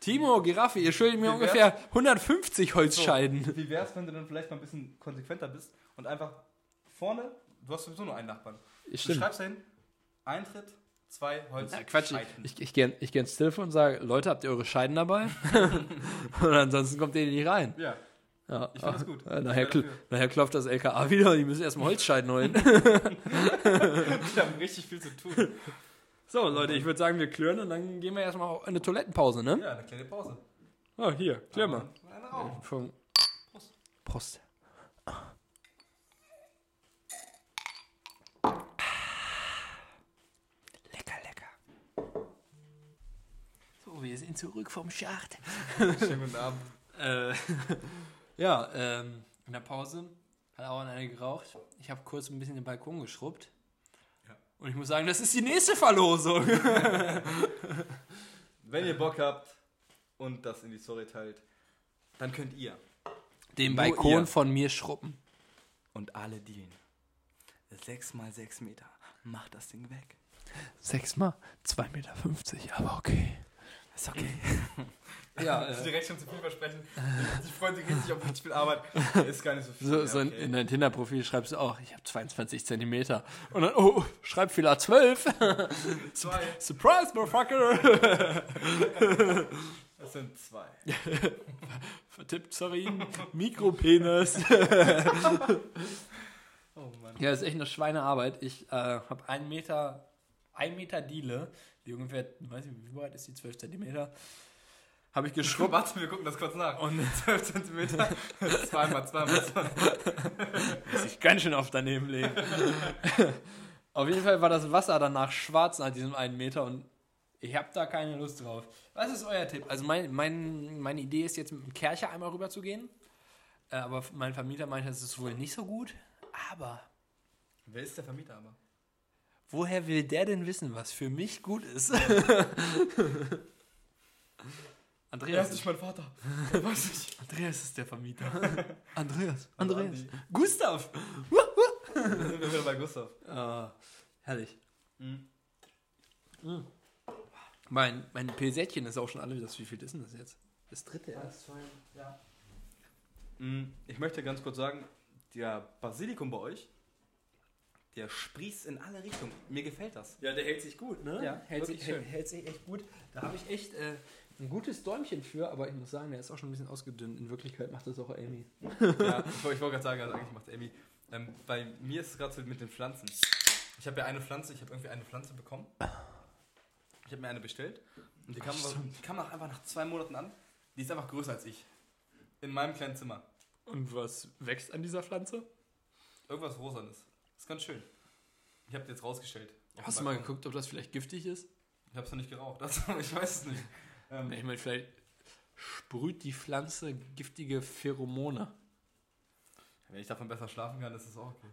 S2: Timo, Giraffe, ihr schuldet mir
S1: Wie wär's-
S2: ungefähr 150 Holzscheiden.
S1: So, wie wär's, wenn du dann vielleicht mal ein bisschen konsequenter bist und einfach vorne, du hast sowieso nur einen Nachbarn. Du schreibst dahin, Eintritt, zwei Holz.
S2: Ja, Quatsch, ich-
S1: Scheiten.
S2: ich, ich gehe ich geh ins Telefon und sage, Leute, habt ihr eure Scheiden dabei? und ansonsten kommt ihr nicht rein.
S1: ja,
S2: Ja,
S1: Ich find das gut.
S2: Äh,
S1: Ich
S2: nachher,
S1: wär
S2: kl
S1: dafür.
S2: nachher klopft das LKA wieder und die müssen erstmal Holzscheiden holen.
S1: wir haben richtig viel zu tun.
S2: so, Leute, ich würde sagen, wir klören und dann gehen wir erstmal auf eine Toilettenpause, ne?
S1: Ja, eine kleine Pause.
S2: Oh, hier, klör mal.
S1: Einen Raum.
S2: Vom
S1: Prost.
S2: Prost. Ah. Lecker, lecker. So, wir sind zurück vom Schacht.
S1: Schönen guten Abend.
S2: Äh, ja, ähm, in der Pause hat auch einer geraucht. Ich habe kurz ein bisschen den Balkon geschrubbt.
S1: Ja.
S2: Und ich muss sagen, das ist die nächste Verlosung.
S1: Wenn ihr Bock habt und das in die Story teilt, dann könnt ihr.
S2: Den
S1: Nur
S2: Balkon
S1: ihr.
S2: von mir schrubben.
S1: Und alle dienen. 6 mal 6 Meter. Macht das Ding weg.
S2: Sechsmal 2,50 Meter, aber okay.
S1: Ist okay.
S2: Ja,
S1: Das ist
S2: äh,
S1: direkt schon also zu viel versprechen. Die freuen sich richtig auf richtig viel Arbeit. Ist gar nicht so viel.
S2: so,
S1: Ja,
S2: so in,
S1: okay.
S2: in dein Tinder-Profil schreibst du auch, ich habe 22 Zentimeter. Und dann, oh, Schreibfehler 12.
S1: Zwei.
S2: Surprise, Motherfucker.
S1: Das sind zwei.
S2: Vertippt, sorry, Mikropenis.
S1: Oh Mann.
S2: Ja, das ist echt eine Schweinearbeit. Ich äh, habe einen Meter, ein Meter Diele, die ungefähr, weiß nicht, wie breit ist die, 12 Zentimeter, habe ich geschrubbt.
S1: Warte, wir gucken das kurz nach.
S2: Und-
S1: 12 Zentimeter. Zweimal, zweimal, zweimal.
S2: Muss ich ganz schön oft daneben legen. Auf jeden Fall war das Wasser danach schwarz nach diesem einen Meter und ich habe da keine Lust drauf. Was ist euer Tipp? Also mein, mein, meine Idee ist jetzt mit dem Kercher einmal rüber zu gehen. Äh, Aber mein Vermieter meinte, das ist wohl nicht so gut. Aber
S1: Wer ist der Vermieter aber?
S2: woher will der denn wissen, was für mich gut ist?
S1: Er ist
S2: Andreas,
S1: nicht mein Vater. Er weiß nicht.
S2: Andreas ist der Vermieter. Andreas,
S1: Also
S2: Andreas.
S1: Andi.
S2: Gustav!
S1: Da sind wir wieder bei Gustav.
S2: Ah, herrlich.
S1: Mhm.
S2: Mhm. Mein, mein Pilsätchen ist auch schon alle. Das, wie viel ist denn das jetzt? Das dritte erst.
S1: Ja. Mm, Ich möchte ganz kurz sagen, der Basilikum bei euch, der sprießt in alle Richtungen. Mir gefällt das.
S2: Ja, der hält sich gut, ne?
S1: Ja,
S2: hält
S1: wirklich
S2: sich,
S1: schön.
S2: hält, hält sich echt gut. Da habe ich echt äh, ein gutes Däumchen für, aber ich muss sagen, der ist auch schon ein bisschen ausgedünnt. In Wirklichkeit macht das auch Amy.
S1: ja, ich wollte wollt gerade sagen, also eigentlich macht Emmy. Ähm, bei mir ist es gerade so mit den Pflanzen. Ich habe ja eine Pflanze, ich habe irgendwie eine Pflanze bekommen. Ich habe mir eine bestellt. Und die kam,
S2: Ach,
S1: aber- die kam nach, einfach nach zwei Monaten an. Die ist einfach größer als ich. In meinem kleinen Zimmer.
S2: Und was wächst an dieser Pflanze?
S1: Irgendwas Rosanes. Ist ganz schön. Ich habe die jetzt rausgestellt.
S2: Hast du mal geguckt, ob das vielleicht giftig ist?
S1: Ich habe es noch nicht geraucht. Also, ich weiß es nicht. Ähm,
S2: Ich meine, vielleicht sprüht die Pflanze giftige Pheromone.
S1: Wenn ich davon besser schlafen kann, ist es auch okay.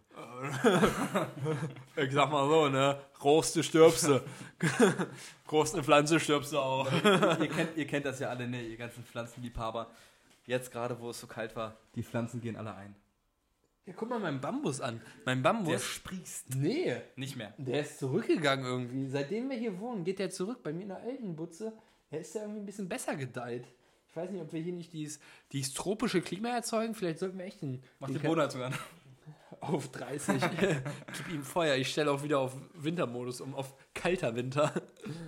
S2: Ich sag mal so, ne? Roste stirbst du. Roste Pflanze stirbst du auch.
S1: ihr, kennt, ihr kennt das ja alle, ne? Ihr ganzen Pflanzenliebhaber. Jetzt gerade, wo es so kalt war, die Pflanzen gehen alle ein.
S2: Ja, guck mal meinen Bambus an. Mein
S1: Der
S2: Bambus.
S1: sprießt.
S2: nee,
S1: Nicht mehr.
S2: der ist zurückgegangen irgendwie. Seitdem wir hier wohnen, geht der zurück. Bei mir in der alten Butze, der ist ja irgendwie ein bisschen besser gedeiht. Ich weiß nicht, ob wir hier nicht dieses, dieses tropische Klima erzeugen. Vielleicht sollten wir echt den,
S1: Mach
S2: den
S1: die
S2: Ke-
S1: Bodenheizung an.
S2: auf 30. Gib ihm Feuer. Ich stelle auch wieder auf Wintermodus um, auf kalter Winter.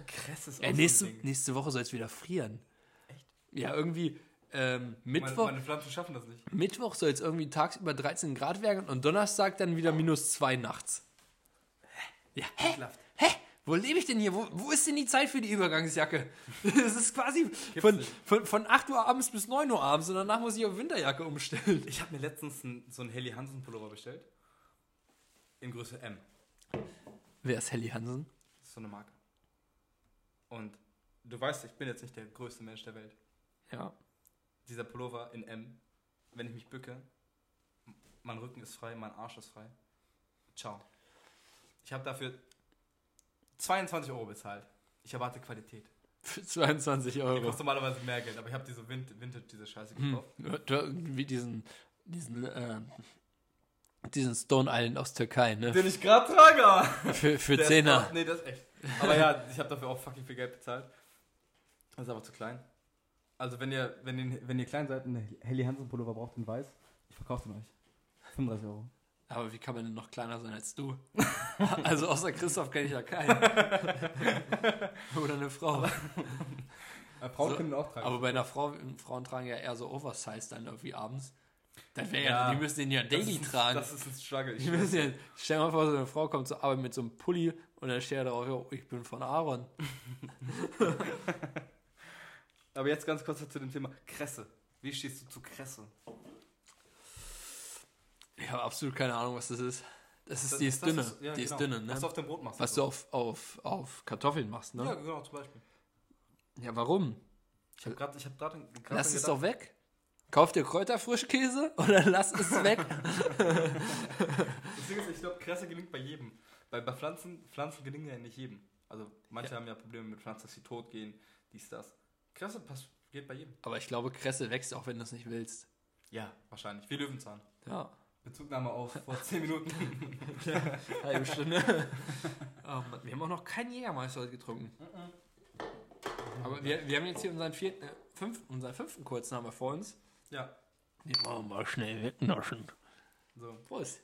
S1: Krasses
S2: Äh, nächste, nächste Woche soll es wieder frieren. Echt? Ja, irgendwie ähm,
S1: meine,
S2: Mittwoch,
S1: meine Pflanzen schaffen das nicht.
S2: Mittwoch soll es irgendwie tagsüber 13 Grad werden und Donnerstag dann wieder minus 2 nachts. Ja, hä?
S1: Ekelhaft.
S2: Hä? Wo lebe ich denn hier? Wo, wo ist denn die Zeit für die Übergangsjacke? Das ist quasi von,
S1: nicht.
S2: von, von 8 Uhr abends bis 9 Uhr abends und danach muss ich auf Winterjacke umstellen.
S1: Ich habe mir letztens einen- so einen Helly Hansen Pullover bestellt. In Größe M.
S2: Wer ist Helly Hansen?
S1: Das ist so eine Marke. Und du weißt, ich bin jetzt nicht der größte Mensch der Welt.
S2: Ja.
S1: Dieser Pullover in M. Wenn ich mich bücke, m- mein Rücken ist frei, mein Arsch ist frei. Ciao. Ich habe dafür 22 Euro bezahlt. Ich erwarte Qualität.
S2: Für 22
S1: Die
S2: Euro.
S1: kostet normalerweise mehr Geld, aber ich habe diese Vin- Vintage, diese Scheiße
S2: Hm.
S1: gekauft.
S2: Du- Irgendwie diesen, diesen, äh, diesen Stone Island aus Türkei, ne?
S1: Den ich gerade trage.
S2: Für, für
S1: Der ist
S2: Zehner.
S1: auch- Nee, das ist echt. Aber ja, ich habe dafür auch fucking viel Geld bezahlt. Das ist aber zu klein. Also wenn ihr, wenn ihr, wenn ihr klein seid und einen Helly Hansen Pullover braucht, den weiß, ich verkaufe den euch. 35 Euro.
S2: Aber wie kann man denn noch kleiner sein als du? also außer Christoph kenne ich ja keinen. Oder eine Frau.
S1: Äh, Frauen
S2: So,
S1: können den auch tragen.
S2: Aber bei einer Frau, Frauen tragen ja eher so Oversize dann irgendwie abends. Dann wäre ja,
S1: Ja.
S2: die müssen den ja
S1: Das
S2: daily
S1: ist-
S2: tragen.
S1: Das ist ein Struggle. Ich
S2: die müssen ja, stell dir mal vor, so eine Frau kommt zur Arbeit mit so einem Pulli und dann steht er drauf, "Jo, ich bin von Aaron.
S1: Aber jetzt ganz kurz zu dem Thema Kresse. Wie stehst du zu Kresse?
S2: Ich habe absolut keine Ahnung, was das ist. Das ist,
S1: Das-
S2: die ist
S1: das
S2: dünne.
S1: ja,
S2: die ist
S1: genau.
S2: dünne, ne?
S1: Was du auf dem Brot machst.
S2: was du auf, auf, auf Kartoffeln machst,
S1: Ja,
S2: ne?
S1: genau, zum Beispiel.
S2: Ja, warum?
S1: Ich habe gerade hab grad dran- grad dran
S2: Lass es
S1: gedacht.
S2: doch weg. Kauf dir Kräuterfrischkäse oder lass es weg.
S1: Das Ding ist, ich glaube, Kresse gelingt bei jedem. Bei, bei Pflanzen, Pflanzen gelingen ja nicht jedem. Also manche haben ja Probleme mit Pflanzen, dass sie tot gehen, dies, das. Kresse passt, geht bei jedem.
S2: Aber ich glaube, Kresse wächst, auch wenn du es nicht willst.
S1: Ja, wahrscheinlich. Wie Löwenzahn.
S2: Ja.
S1: Bezugnahme auf vor 10 Minuten.
S2: Halbe Stunde. oh Mann, wir haben auch noch keinen Jägermeister heute getrunken.
S1: Mhm.
S2: Aber wir, wir haben jetzt hier unseren vierten, äh, fünften, unseren fünften kurzen haben wir vor uns.
S1: ja,
S2: Den wollen wir mal schnell wegnaschen.
S1: so.
S2: Prost.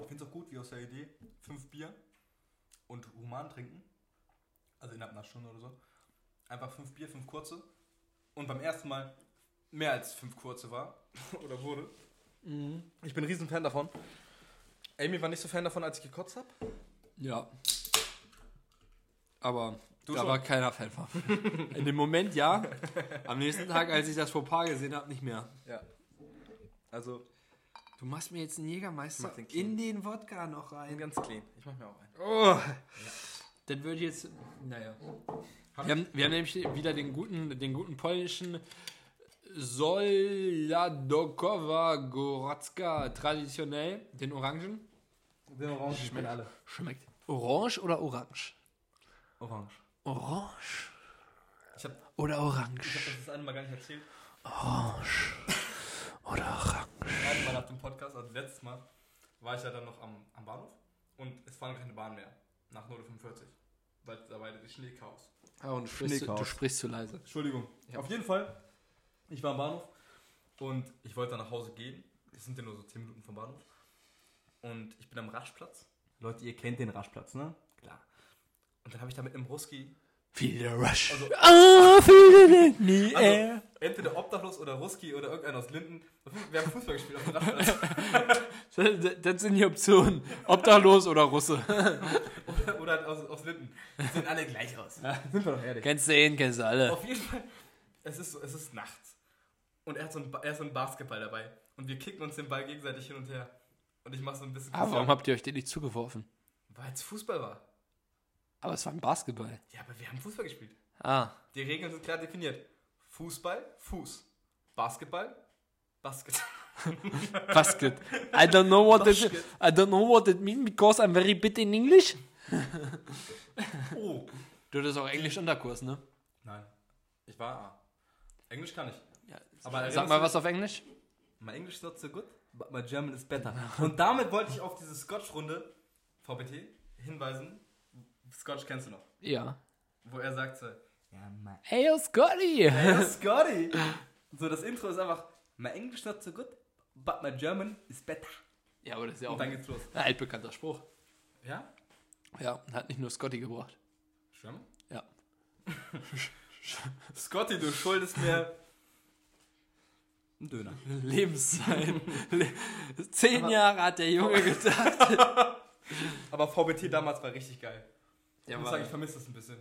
S1: Ich finde es auch gut, wie aus der Idee, fünf Bier und human trinken. Also innerhalb einer Stunde oder so. Einfach fünf Bier, fünf kurze. Und beim ersten Mal mehr als fünf kurze war oder wurde. Mhm. Ich bin ein riesen Fan davon. Amy war nicht so Fan davon, als ich gekotzt habe.
S2: Ja. Aber
S1: Du
S2: da
S1: schon.
S2: war keiner Fan von. In dem Moment ja. Am nächsten Tag, als ich das Fauxpas gesehen habe, nicht mehr.
S1: Ja. Also,
S2: Du machst mir jetzt einen Jägermeister
S1: mach den clean.
S2: in den Wodka noch rein.
S1: ganz clean. Ich mache mir auch einen.
S2: Oh. Dann würde ich jetzt. Naja. Wir haben, wir haben nämlich wieder den guten, den guten polnischen Soladokowa Goracka traditionell, den Orangen.
S1: Den Orange schmeckt alle.
S2: Schmeckt. Orange oder Orange?
S1: Orange.
S2: Orange
S1: Ich habe
S2: oder
S1: ich hab
S2: Orange?
S1: das das eine Mal gar nicht erzählt.
S2: Oder Orange.
S1: Einmal nach dem Podcast, also letztes Mal, war ich ja dann noch am, am Bahnhof und es fahren keine Bahnen mehr. Nach 0.45. Weil da war das Schneechaos.
S2: Ah, und du sprichst,
S1: Schneekauf.
S2: du sprichst zu leise.
S1: Entschuldigung.
S2: Ja.
S1: Auf jeden Fall, ich war am Bahnhof und ich wollte dann nach Hause gehen. Es sind ja nur so 10 Minuten vom Bahnhof. Und ich bin am Raschplatz. Leute, ihr kennt den Raschplatz, ne? Klar. Und dann habe ich da mit einem Ruski
S2: Viele Rush.
S1: Also-
S2: ah, viele nie
S1: Also-
S2: air.
S1: entweder obdachlos oder Ruski oder irgendeiner aus Linden. Wir haben Fußball gespielt auf dem Raschplatz.
S2: Das, das sind die Optionen. Obdachlos oder Russe.
S1: oder oder halt aus, aus Linden. Die sehen alle gleich aus. Sind wir doch ehrlich.
S2: Kennst du ihn, kennst du alle.
S1: Auf jeden Fall, es ist, so, es ist nachts. Und er hat, so einen, Ba- er hat so einen Basketball dabei. Und wir kicken uns den Ball gegenseitig hin und her. Und ich mache so ein bisschen.
S2: Aber warum habt ihr euch den nicht zugeworfen?
S1: Weil es Fußball war.
S2: Aber es war ein Basketball.
S1: Ja, aber wir haben Fußball gespielt.
S2: Ah.
S1: Die Regeln sind klar definiert: Fußball, Fuß. Basketball, Basket.
S2: Basket. I don't know what it,
S1: Basket.
S2: I don't know what it means because I'm very bit in English.
S1: Oh.
S2: Du hattest auch Englisch-Unterkurs, ne?
S1: Nein. Ich war A. Englisch kann ich.
S2: Ja,
S1: Aber
S2: Sag mal was auf Englisch.
S1: My English is not so good, but my German is better. Und damit wollte ich auf diese Scotch-Runde, VBT, hinweisen. Scotch kennst du noch.
S2: Ja.
S1: Wo er sagt so, ja, my
S2: Hey, oh, Scotty.
S1: Hey, Scotty! So, das Intro ist einfach, my English not so good, but my German is better.
S2: Ja, aber das ist ja
S1: Und
S2: auch
S1: dann
S2: ein
S1: geht's los.
S2: altbekannter Spruch.
S1: Ja?
S2: Ja, hat nicht nur Scotty gebracht.
S1: Schwamm?
S2: Ja.
S1: Scotty, du schuldest mir einen Döner.
S2: Lebenszeit. Le Zehn Jahre hat der Junge gedacht.
S1: Aber VBT damals war richtig geil. Ich
S2: Ja,
S1: muss sagen, ich vermisse das ein bisschen.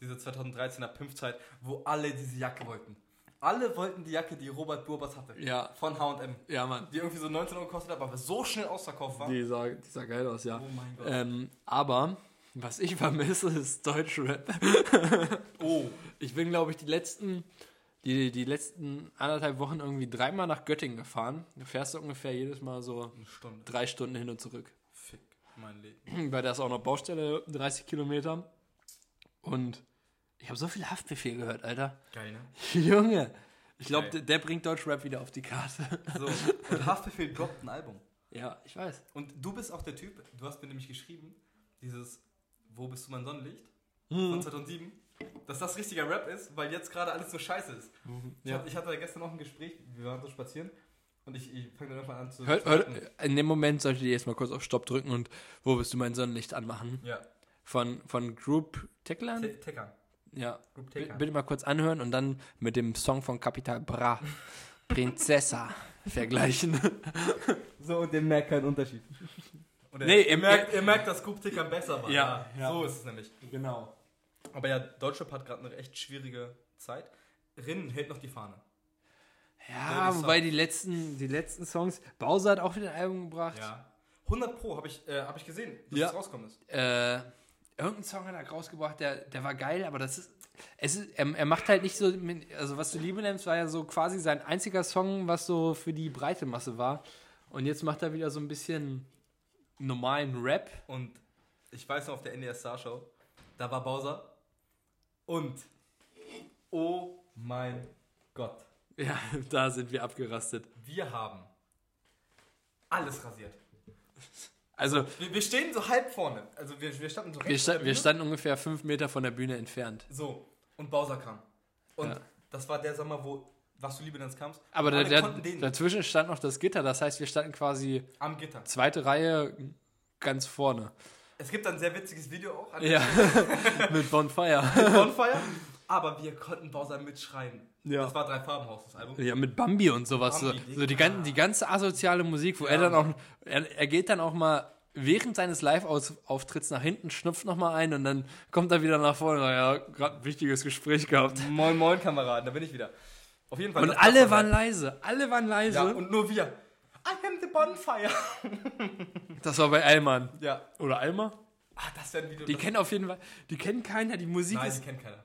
S1: Diese 2013er Pimpfzeit, wo alle diese Jacke wollten. Alle wollten die Jacke, die Robert Burbers hatte.
S2: Ja.
S1: Von H&M.
S2: ja, Mann.
S1: Die irgendwie so 19 Euro kostet, aber so schnell ausverkauft war.
S2: Die sah, die sah geil aus, ja.
S1: Oh mein Gott.
S2: Ähm, aber was ich vermisse, ist Deutschrap.
S1: Oh.
S2: Ich bin, glaube ich, die letzten, die, die letzten anderthalb Wochen irgendwie dreimal nach Göttingen gefahren. Du fährst du ungefähr jedes Mal so
S1: Eine Stunde.
S2: drei Stunden hin und zurück.
S1: Fick mein Leben.
S2: Weil da ist auch noch Baustelle, 30 Kilometer. Und ich habe so viel Haftbefehl gehört, Alter.
S1: Geil, ne?
S2: Junge, ich glaube,
S1: Geil.
S2: der, der bringt Deutschrap wieder auf die Karte.
S1: So, und Haftbefehl droppt ein Album.
S2: ja, ich weiß.
S1: Und du bist auch der Typ, du hast mir nämlich geschrieben, dieses, Wo bist du mein Sonnenlicht?
S2: Hm.
S1: Von 2007. Dass das richtiger Rap ist, weil jetzt gerade alles so scheiße ist. Ich,
S2: Mhm, Ja.
S1: hatte, ich hatte da gestern noch ein Gespräch, wir waren so spazieren und ich, ich fange dann irgendwann an zu.
S2: Hört,
S1: zu rappen.
S2: hört, in dem Moment solltet ihr jetzt mal kurz auf Stopp drücken und wo willst du mein Sonnenlicht anmachen?
S1: Ja,
S2: Von, von Group Techland?
S1: Te- Tecker.
S2: Ja.
S1: Group
S2: B-
S1: Tecker.
S2: Bitte mal kurz anhören und dann mit dem Song von Capital Bra, Prinzessa, vergleichen.
S3: So, und ihr merkt keinen Unterschied.
S1: Und er-
S2: Nee,
S1: ihr,
S2: im-
S1: merkt, ihr merkt, dass Group Ticker besser war.
S2: Ja, ja.
S1: So ist es nämlich.
S2: Genau.
S1: Aber ja, Deutschrap hat gerade eine echt schwierige Zeit. Rinnen hält noch die Fahne.
S2: Ja,
S1: die
S2: wobei die letzten, die letzten Songs, Bowser hat auch wieder ein Album gebracht.
S1: Ja. 100 Pro habe ich, äh, hab ich gesehen, dass
S2: Ja.
S1: es rauskommen ist.
S2: Äh, irgendeinen Song hat er rausgebracht, der, der war geil, aber das ist. Es ist, er, er macht halt nicht so, also was du Liebe nimmst, war ja so quasi sein einziger Song, was so für die breite Masse war. Und jetzt macht er wieder so ein bisschen normalen Rap.
S1: Und ich weiß noch, auf der NDS Star Show, da war Bowser. Und. Oh mein Gott.
S2: Ja, da sind wir abgerastet.
S1: Wir haben alles rasiert.
S2: Also,
S1: Wir, wir stehen so halb vorne. Also wir, wir standen so
S2: wir,
S1: rechts auf
S2: sta
S1: der
S2: wir
S1: Bühne.
S2: standen ungefähr fünf Meter von der Bühne entfernt.
S1: So, und Bowser kam. Und
S2: Ja.
S1: das war der Sommer, wo was du liebe dann kamst.
S2: Aber da,
S1: Alle
S2: da,
S1: konnten den
S2: dazwischen stand noch das Gitter, das heißt, wir standen quasi
S1: am Gitter.
S2: zweite Reihe ganz vorne.
S1: Es gibt ein sehr witziges Video auch an
S2: Ja, mit Bonfire.
S1: der Bonfire, aber wir konnten Bowser mitschreien.
S2: Ja.
S1: Das war drei Farbenhaus, das Album.
S2: Ja, mit Bambi und sowas.
S1: Bambi,
S2: so, so die,
S1: Digga.
S2: ganzen, die ganze asoziale Musik, wo er
S1: Ja.
S2: dann auch, er, er geht dann auch mal während seines Live-Auftritts nach hinten, schnupft nochmal ein und dann kommt er wieder nach vorne. Ja, gerade ein wichtiges Gespräch gehabt.
S1: Moin, moin, Kameraden, da bin ich wieder. Auf jeden Fall.
S2: Und
S1: das-
S2: alle
S1: das war-
S2: waren leise, alle waren leise.
S1: Ja, und nur wir. I am the Bonfire.
S2: das war bei Alman.
S1: Ja.
S2: Oder Alma?
S1: Ah, das wäre ein Video.
S2: Die
S1: das,
S2: kennen auf jeden Fall, die kennen keiner, die Musik
S1: nein,
S2: ist
S1: die kennt keiner.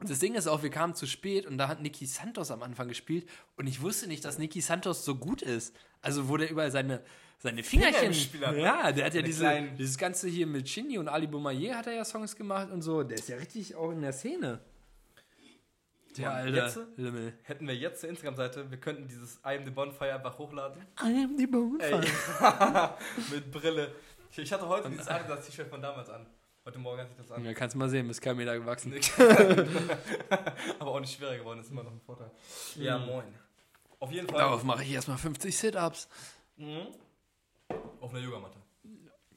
S2: Das Ding ist auch, wir kamen zu spät und da hat Nicky Santos am Anfang gespielt und ich wusste nicht, dass Nicky Santos so gut ist. Also wo der überall seine, seine Fingerchen...
S1: Fingerspiel hat, ne?
S2: ja, der hat ja
S1: Seine
S2: diese,
S1: kleinen-
S2: dieses Ganze hier mit Shindy und Ali Boumaier hat er ja Songs gemacht und so. Der ist ja richtig auch in der Szene. Der
S1: Und jetzt?
S2: alte Lümmel.
S1: Hätten wir jetzt eine Instagram-Seite, wir könnten dieses I am the Bonfire einfach hochladen.
S2: I am the
S1: Ey. Mit Brille. Ich, ich hatte heute dieses Adidas T-Shirt von damals an. Heute Morgen hatte ich das an.
S2: Ja, kannst mal sehen, bis Kamil da gewachsen.
S1: Aber auch nicht schwerer geworden, ist immer noch ein Vorteil. Ja, moin. Auf jeden Fall.
S2: Darauf mache ich erstmal 50 Sit-Ups.
S1: Mhm. Auf einer Yogamatte.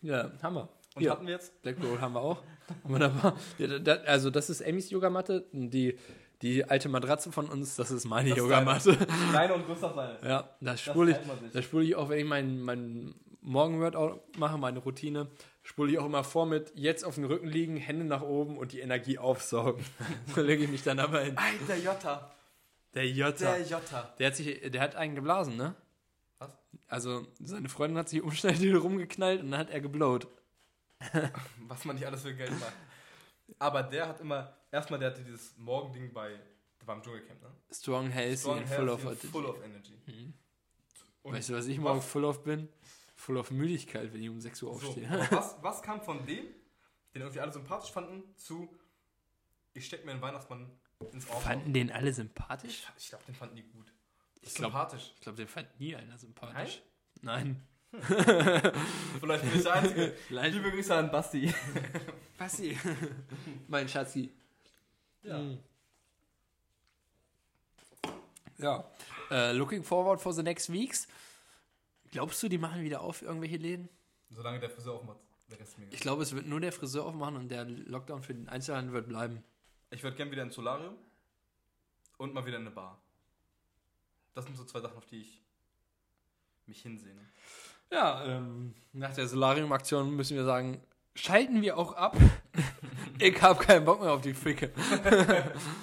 S2: Ja, Hammer.
S1: Und
S2: Hier.
S1: hatten wir jetzt?
S2: Black Gold haben wir auch. Wunderbar. Ja, da- da- also das ist Amy's Yogamatte. Die, die alte Matratze von uns, das ist meine
S1: Das ist
S2: Yogamatte.
S1: Deine und Gustav seine.
S2: Ja, da spule ich,
S1: teilt man sich.
S2: da spule ich auch, wenn ich mein, mein Morgen-Workout mache, meine Routine, spule ich auch immer vor mit jetzt auf den Rücken liegen, Hände nach oben und die Energie aufsaugen. so lege ich mich dann aber hin.
S1: Alter Jotta.
S2: Der Jota.
S1: Der Jotta.
S2: Der hat sich, der hat einen geblasen, ne?
S1: Was?
S2: Also seine Freundin hat sich umschnell rumgeknallt und dann hat er geblowt.
S1: Was man nicht alles für Geld macht. Aber der hat immer, erstmal, der hatte dieses Morgending bei, der war im Dschungelcamp, ne?
S2: Strong, healthy and full
S1: healthy
S2: of
S1: and
S2: attitude.
S1: full of energy. Und-
S2: Mhm. Weißt du, was ich morgen
S1: Was?
S2: voll auf bin? Voll auf Müdigkeit, wenn ich um 6 Uhr
S1: So,
S2: aufstehe.
S1: aber was, was kam von dem, den irgendwie alle sympathisch fanden, zu ich steck mir einen Weihnachtsmann ins Auto?
S2: Fanden den alle sympathisch?
S1: ich glaube, den fanden die gut.
S2: Ich glaub-
S1: sympathisch.
S2: Ich glaube, den fand nie einer sympathisch. Nein.
S1: Vielleicht bin ich der Einzige.
S2: Nein.
S1: Liebe Grüße an Basti.
S2: Passi. mein Schatzi.
S1: Ja.
S2: Mm. Ja. Äh, looking forward for the next weeks. Glaubst du, die machen wieder auf irgendwelche Läden?
S1: Solange der Friseur aufmacht, der Rest ist mir
S2: Ich
S1: egal.
S2: glaube, es wird nur der Friseur aufmachen und der Lockdown für den Einzelhandel wird bleiben.
S1: Ich würde gerne wieder ins Solarium und mal wieder in eine Bar. Das sind so zwei Sachen, auf die ich mich hinsehne.
S2: Ja, ähm, nach der Solarium-Aktion müssen wir sagen, schalten wir auch ab. ich hab keinen Bock mehr auf die Ficke.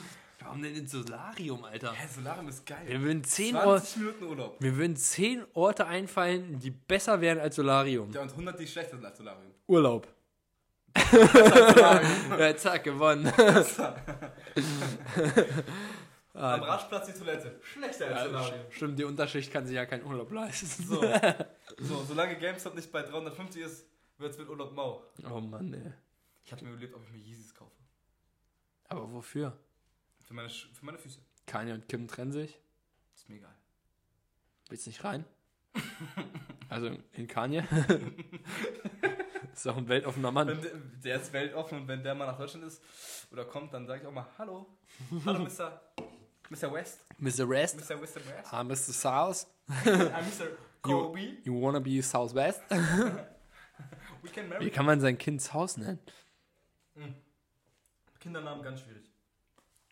S2: Warum denn ins Solarium, Alter?
S1: Hä, Solarium ist geil.
S2: Wir würden zehn, Or
S1: 20 Minuten Urlaub.
S2: wir würden zehn Orte einfallen, die besser wären als Solarium.
S1: Ja, und 100, die schlechter sind als Solarium.
S2: Urlaub. ja, zack, gewonnen.
S1: Am Raschplatz die Toilette. Schlechter als Solarium.
S2: Stimmt, die Unterschicht kann sich ja keinen Urlaub leisten.
S1: So. so, solange GameStop nicht bei 350 ist, wird's mit Urlaub mau.
S2: Oh Mann, ey.
S1: Ich hatte mir überlegt, ob ich mir Yeezys kaufe.
S2: Aber wofür?
S1: Für meine, Sch- für meine Füße.
S2: Kanye und Kim trennen sich.
S1: Ist mir egal.
S2: Willst nicht rein? Also in Kanye. ist auch ein weltoffener Mann.
S1: Wenn der, der ist weltoffen und wenn der mal nach Deutschland ist oder kommt, dann sage ich auch mal Hallo. Hallo, Mr. Mr. West.
S2: Mr. Rest,
S1: Mr. West West.
S2: I'm Mr. South.
S1: I'm Mr. Kobe.
S2: You wanna be Southwest?
S1: We can
S2: Wie
S1: marry.
S2: kann man sein Kind South nennen?
S1: Kindernamen ganz schwierig.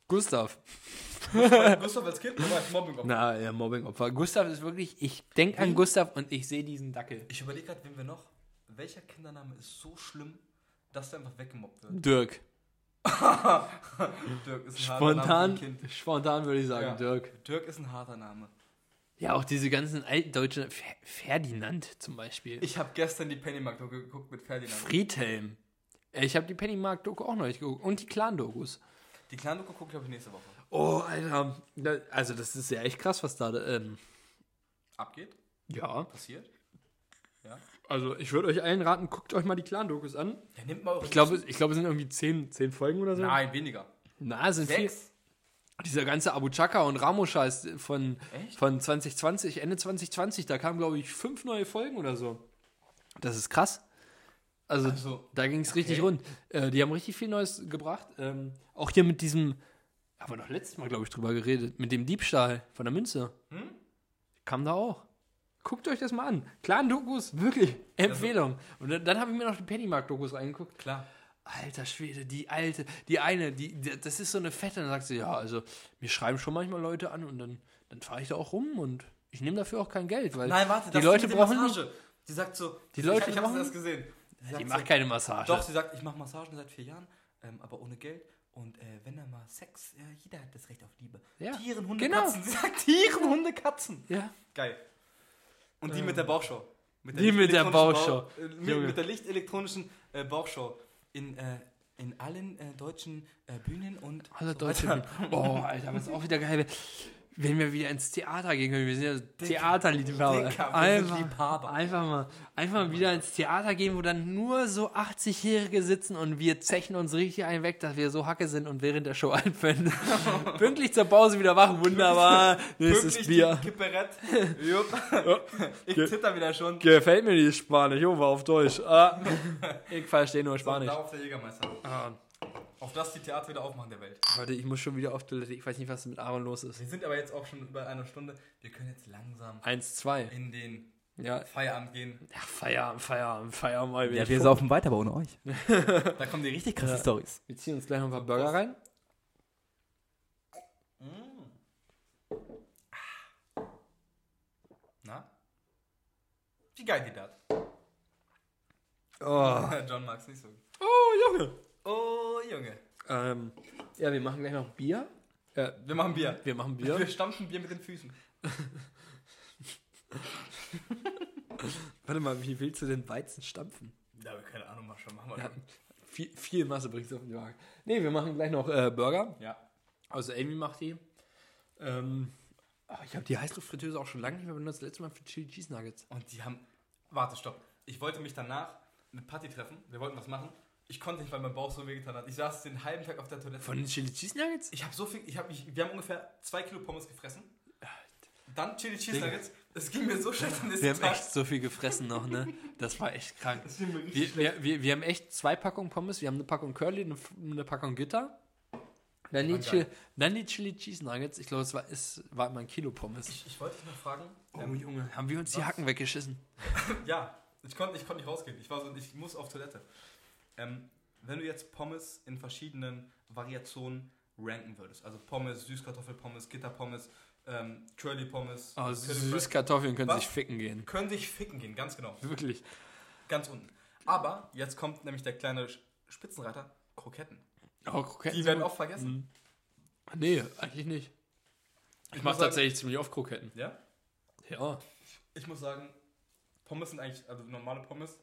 S2: Gustav.
S1: Gustav als Kind, aber als Mobbing auch.
S2: Na, ja, Mobbingopfer. Gustav ist wirklich, ich denke an Gustav und ich sehe diesen Dackel.
S1: Ich überlege gerade, wen wir noch. Welcher Kindername ist so schlimm, dass der einfach weggemobbt wird?
S2: Dirk.
S1: Dirk ist ein
S2: Spontan,
S1: harter Name für ein Kind.
S2: spontan würde ich sagen,
S1: Ja.
S2: Dirk.
S1: Dirk ist ein harter Name.
S2: Ja, auch diese ganzen altdeutschen, Fer- Ferdinand zum Beispiel.
S1: Ich habe gestern die Pennymark-Doku geguckt mit Ferdinand.
S2: Friedhelm. Äh, Ich habe die Pennymark-Doku auch neulich geguckt und die Clan-Dokus.
S1: Die kleine Doku gucke ich, glaube ich, nächste Woche.
S2: Oh, Alter. Da- Also, das ist ja echt krass, was da. Ähm,
S1: Abgeht?
S2: ja.
S1: Passiert?
S2: Also, ich würde euch allen raten, guckt euch mal die Clan-Dokus an.
S1: Ja, nimmt mal eure
S2: Ich glaube, ich glaube, es sind irgendwie zehn, zehn Folgen oder so.
S1: Nein, weniger.
S2: Na, es sind vier.
S1: Sechs?
S2: Dieser ganze Abu Chaka und Ramo-Scheiß von,
S1: Echt?
S2: von 2020, Ende 2020, da kamen, glaube ich, fünf neue Folgen oder so. Das ist krass. Also,
S1: Also,
S2: da ging es richtig
S1: okay.
S2: rund. Äh, die haben richtig viel Neues gebracht. Ähm, auch hier mit diesem, haben wir noch letztes Mal, glaube ich, drüber geredet, mit dem Diebstahl von der Münze.
S1: Hm?
S2: Kam da auch. Guckt euch das mal an. Klaren Dokus, wirklich.
S1: Also
S2: Empfehlung. und dann, dann habe ich mir noch die Pennymark-Dokus reingeguckt.
S1: klar.
S2: Alter Schwede, die alte, die eine, die, die das ist so eine fette. Dann sagt sie, ja, also mir schreiben schon manchmal Leute an und dann, dann fahre ich da auch rum und ich nehme dafür auch kein Geld, weil
S1: Nein, warte,
S2: Äh, die
S1: das
S2: Leute
S1: mit der
S2: brauchen
S1: Massage. Die sagt so,
S2: Die Leute
S1: ich, ich habe
S2: brauchen-
S1: das gesehen. Die,
S2: die
S1: sagt
S2: macht
S1: so,
S2: keine Massage.
S1: Doch, sie sagt, ich mache Massagen seit vier Jahren, ähm, aber ohne Geld. Und äh, wenn er mal Sex, äh, jeder hat das Recht auf Liebe.
S2: Ja,
S1: Tieren, Hunde,
S2: genau.
S1: Katzen. Sie sagt Tieren, Hunde, Katzen.
S2: Ja.
S1: Geil. Und die mit der Bauchschau. Mit
S2: Ähm. Die mit der
S1: lichtelektronischen
S2: Bauchschau.
S1: Bau- äh, mit,
S2: Junge.
S1: mit der lichtelektronischen äh, Bauchschau. In, äh, in allen äh, deutschen äh, Bühnen und.
S2: Alle
S1: so
S2: Deutsche.
S1: weiter.
S2: Oh, Alter, was auch wieder geil wäre. Wenn wir wieder ins Theater gehen können, wir sind ja
S1: Dicker, Dicker,
S2: Theaterliebhaber.
S1: wir sind
S2: Einfach,
S1: Liebhaber.
S2: einfach, mal, einfach mal wieder ins Theater gehen, wo dann nur so 80-Jährige sitzen und wir zechen uns richtig einen weg, dass wir so Hacke sind und während der Show einfällen. Pünktlich zur Pause wieder wach, wunderbar. Nächstes
S1: Pünktlich
S2: Bier.
S1: die Kipperett. Jupp. Ich
S2: Ge-
S1: zitter wieder schon.
S2: Gefällt mir die Spanisch, oh, war auf Deutsch. Ah. ich verstehe nur Spanisch.
S1: Darauf der Jägermeister.
S2: Ah,
S1: Auf das die Theater wieder aufmachen der Welt.
S2: Leute, ich muss schon wieder auf Toilette. Ich weiß nicht, was mit Aaron los ist.
S1: Wir sind aber jetzt auch schon über einer Stunde. Wir können jetzt langsam
S2: Eins, zwei.
S1: in den
S2: Ja,
S1: Feierabend gehen.
S2: Ach, Feierabend, Feierabend, Feierabend. Mal wieder.
S3: Ja, wir saufen weiter, aber ohne euch.
S1: Da kommen die richtig krassen
S3: Stories.
S2: Wir ziehen uns gleich noch ein paar Burger rein.
S1: Na? Wie geil geht das?
S2: Oh,
S1: John mag's nicht so.
S2: Junge.
S1: Oh, Junge.
S2: Ähm, ja, wir machen gleich noch Bier.
S1: Wir machen Bier.
S2: Wir machen
S1: Wir
S2: Bier.
S1: stampfen Bier mit den Füßen.
S2: Warte mal, wie willst du den Weizen stampfen?
S1: Ja, wir keine Ahnung, mal schon machen wir.
S2: Ja, viel, viel Masse bringst du auf den Wagen. Nee, wir machen gleich noch äh, Burger.
S1: Ja.
S2: Also Amy macht die. Ähm, ah, ich habe die Heißluftfritteuse auch schon lange nicht mehr benutzt. Letztes Mal für Chili Cheese Nuggets.
S1: Und die haben. Warte, stopp. Ich wollte mich danach mit Patty treffen. Wir wollten was machen. Ich konnte nicht, weil mein Bauch so wehgetan hat. Ich saß den halben Tag auf der Toilette.
S2: Von den Chili Cheese Nuggets?
S1: Ich habe so viel, ich habe mich, wir haben ungefähr zwei Kilo Pommes gefressen. Dann Chili Cheese
S2: Digga.
S1: Nuggets. Es ging mir so schlecht an
S2: Wir
S1: diesem
S2: haben
S1: Tag.
S2: echt so viel gefressen noch, ne? Das war echt krank.
S1: Es ging mir richtig
S2: Wir, wir, wir, wir haben echt zwei Packungen Pommes. Wir haben eine Packung Curly, eine, eine Packung Gitter. Dann die,
S1: waren geil.
S2: Chili, dann die Chili Cheese Nuggets. Ich glaube, es war, es war immer ein Kilo Pommes.
S1: Ich, ich wollte dich noch fragen. ähm,
S2: Oh Junge, haben wir uns die Hacken weggeschissen?
S1: Ja, ich konnte ich konnt nicht rausgehen. Ich war so, ich muss auf Toilette. Ähm, wenn du jetzt Pommes in verschiedenen Variationen ranken würdest, also Pommes, Süßkartoffelpommes, Gitterpommes, ähm, Curly Pommes,
S2: Oh,
S1: Curly Fries,
S2: Süßkartoffeln können
S1: Was?
S2: sich ficken gehen.
S1: können sich ficken gehen, ganz genau,
S2: Wirklich.
S1: ganz unten. Aber jetzt kommt nämlich der kleine Sch- Spitzenreiter Kroketten.
S2: Oh, Kroketten.
S1: Die werden auch vergessen.
S2: Nee, eigentlich nicht. hm. Ich,
S1: Ich
S2: mache
S1: muss sagen-
S2: tatsächlich ziemlich oft Kroketten.
S1: Ja?
S2: Ja.
S1: Ich muss sagen, Pommes sind eigentlich, also normale Pommes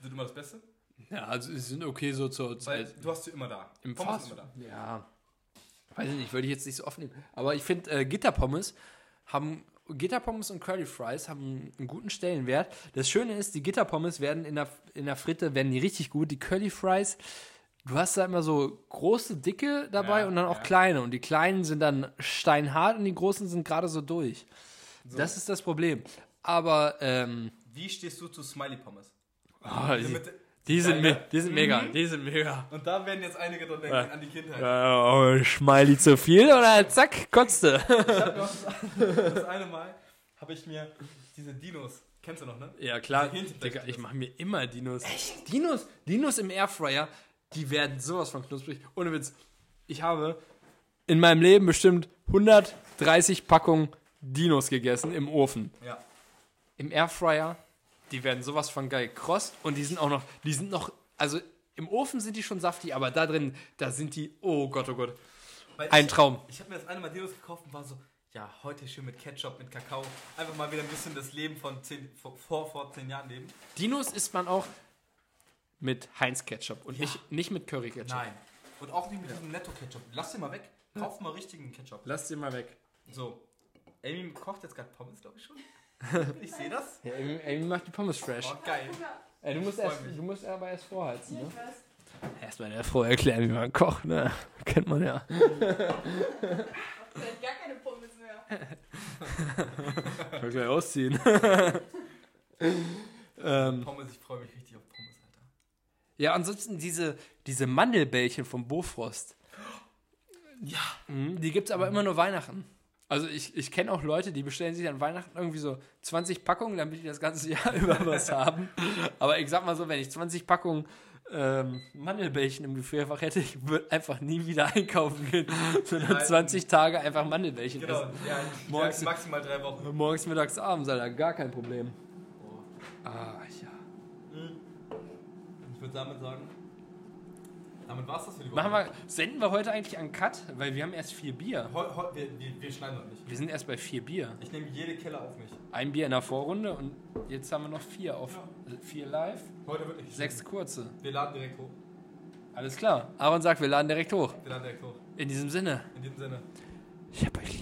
S1: sind immer das Beste,
S2: Ja, also sie sind okay so zur
S1: weil
S2: Zeit.
S1: du hast sie immer da.
S2: Also, Im
S1: Pommes
S2: Fast.
S1: sind immer da.
S2: Ja. Weiß ich nicht, würde ich jetzt nicht so oft nehmen. Aber ich finde, äh, Gitterpommes haben. Gitterpommes und Curly Fries haben einen guten Stellenwert. Das Schöne ist, die Gitterpommes werden in der, in der Fritte werden die richtig gut. Die Curly Fries, du hast da immer so große, dicke dabei
S1: Ja,
S2: und dann auch
S1: ja.
S2: kleine. Und die kleinen sind dann steinhart und die großen sind gerade so durch. Das ist das Problem. Aber ähm,
S1: Wie stehst du zu Smiley Pommes?
S2: oh, die,
S1: Ah, Mit, Mhm.
S2: Die sind, me die sind mega, die sind mega.
S1: Und da werden jetzt einige dran denken,
S2: Ja.
S1: an die Kindheit.
S2: Äh, Schmeili zu viel oder zack, kotzte.
S1: Das eine Mal habe ich mir diese Dinos, kennst du noch, ne?
S2: Ja, klar.
S1: Die Hähnchen-
S2: Digga, ich mache mir immer Dinos. Echt? Dinos? Dinos im Airfryer, die werden sowas von knusprig. Ohne Witz. Ich habe in meinem Leben bestimmt 130 Packungen Dinos gegessen im Ofen.
S1: Ja.
S2: im Airfryer, die werden sowas von geil kross und die sind auch noch, die sind noch, also im Ofen sind die schon saftig, aber da drin, da sind die, oh Gott, oh Gott,
S1: Weil
S2: ein
S1: ich
S2: Traum.
S1: ich habe mir das eine Mal Dinos gekauft und war so, ja, heute schön mit Ketchup, mit Kakao. Einfach mal wieder ein bisschen das Leben von zehn, vor, vor, vor zehn Jahren leben.
S2: Dinos isst man auch mit Heinz Ketchup und nicht, nicht mit Curry Ketchup.
S1: Nein. Und auch nicht mit diesem Netto-Ketchup. Lass den mal weg. Kauf mal richtigen Ketchup.
S2: Lass den mal weg.
S1: So. Amy kocht jetzt gerade Pommes, glaube ich schon. Ich sehe das.
S2: Ja, Amy, Amy macht die Pommes fresh.
S1: Oh, geil.
S2: Ey, du, musst
S1: freu
S2: erst,
S1: mich.
S2: du musst aber erst vorheizen, ne? Erstmal der Frau erklären, wie man kocht, ne? Kennt man ja.
S4: Vielleicht gar keine Pommes mehr.
S2: Ich will gleich ausziehen. ähm,
S1: Pommes, ich freue mich richtig auf Pommes, Alter.
S2: Ja, ansonsten diese, diese Mandelbällchen vom Bofrost. Ja. Mhm, die gibt es aber immer nur Weihnachten. Also ich, ich kenne auch Leute, die bestellen sich an Weihnachten irgendwie so 20 Packungen, damit die das ganze Jahr über was haben. Aber ich sag mal so, wenn ich 20 Packungen ähm, Mandelbällchen im Gefrierfach hätte, ich würde einfach nie wieder einkaufen gehen, sondern
S1: Nein.
S2: 20 Tage einfach Mandelbällchen
S1: Genau,
S2: essen.
S1: ja,
S2: Morgens-
S1: morgens maximal drei Wochen.
S2: Morgens, mittags, abends, Alter, gar kein Problem.
S1: Oh.
S2: Ah, ja.
S1: Hm. Ich würde damit sagen, damit war's das für die Woche.
S2: Machen wir, senden wir heute eigentlich einen Cut? Weil wir haben erst vier Bier.
S1: Heu, heu, wir, wir, wir schneiden noch nicht.
S2: Wir sind erst bei vier Bier.
S1: Ich nehme jede Kelle auf mich.
S2: Ein Bier in der Vorrunde und jetzt haben wir noch vier auf äh, vier live,
S1: Heute wird nicht.
S2: sechs kurze.
S1: Wir laden direkt hoch.
S2: Alles klar. Aaron sagt, wir laden direkt hoch.
S1: Wir laden direkt hoch.
S2: In diesem Sinne.
S1: In diesem Sinne.
S2: Ich hab euch lieb.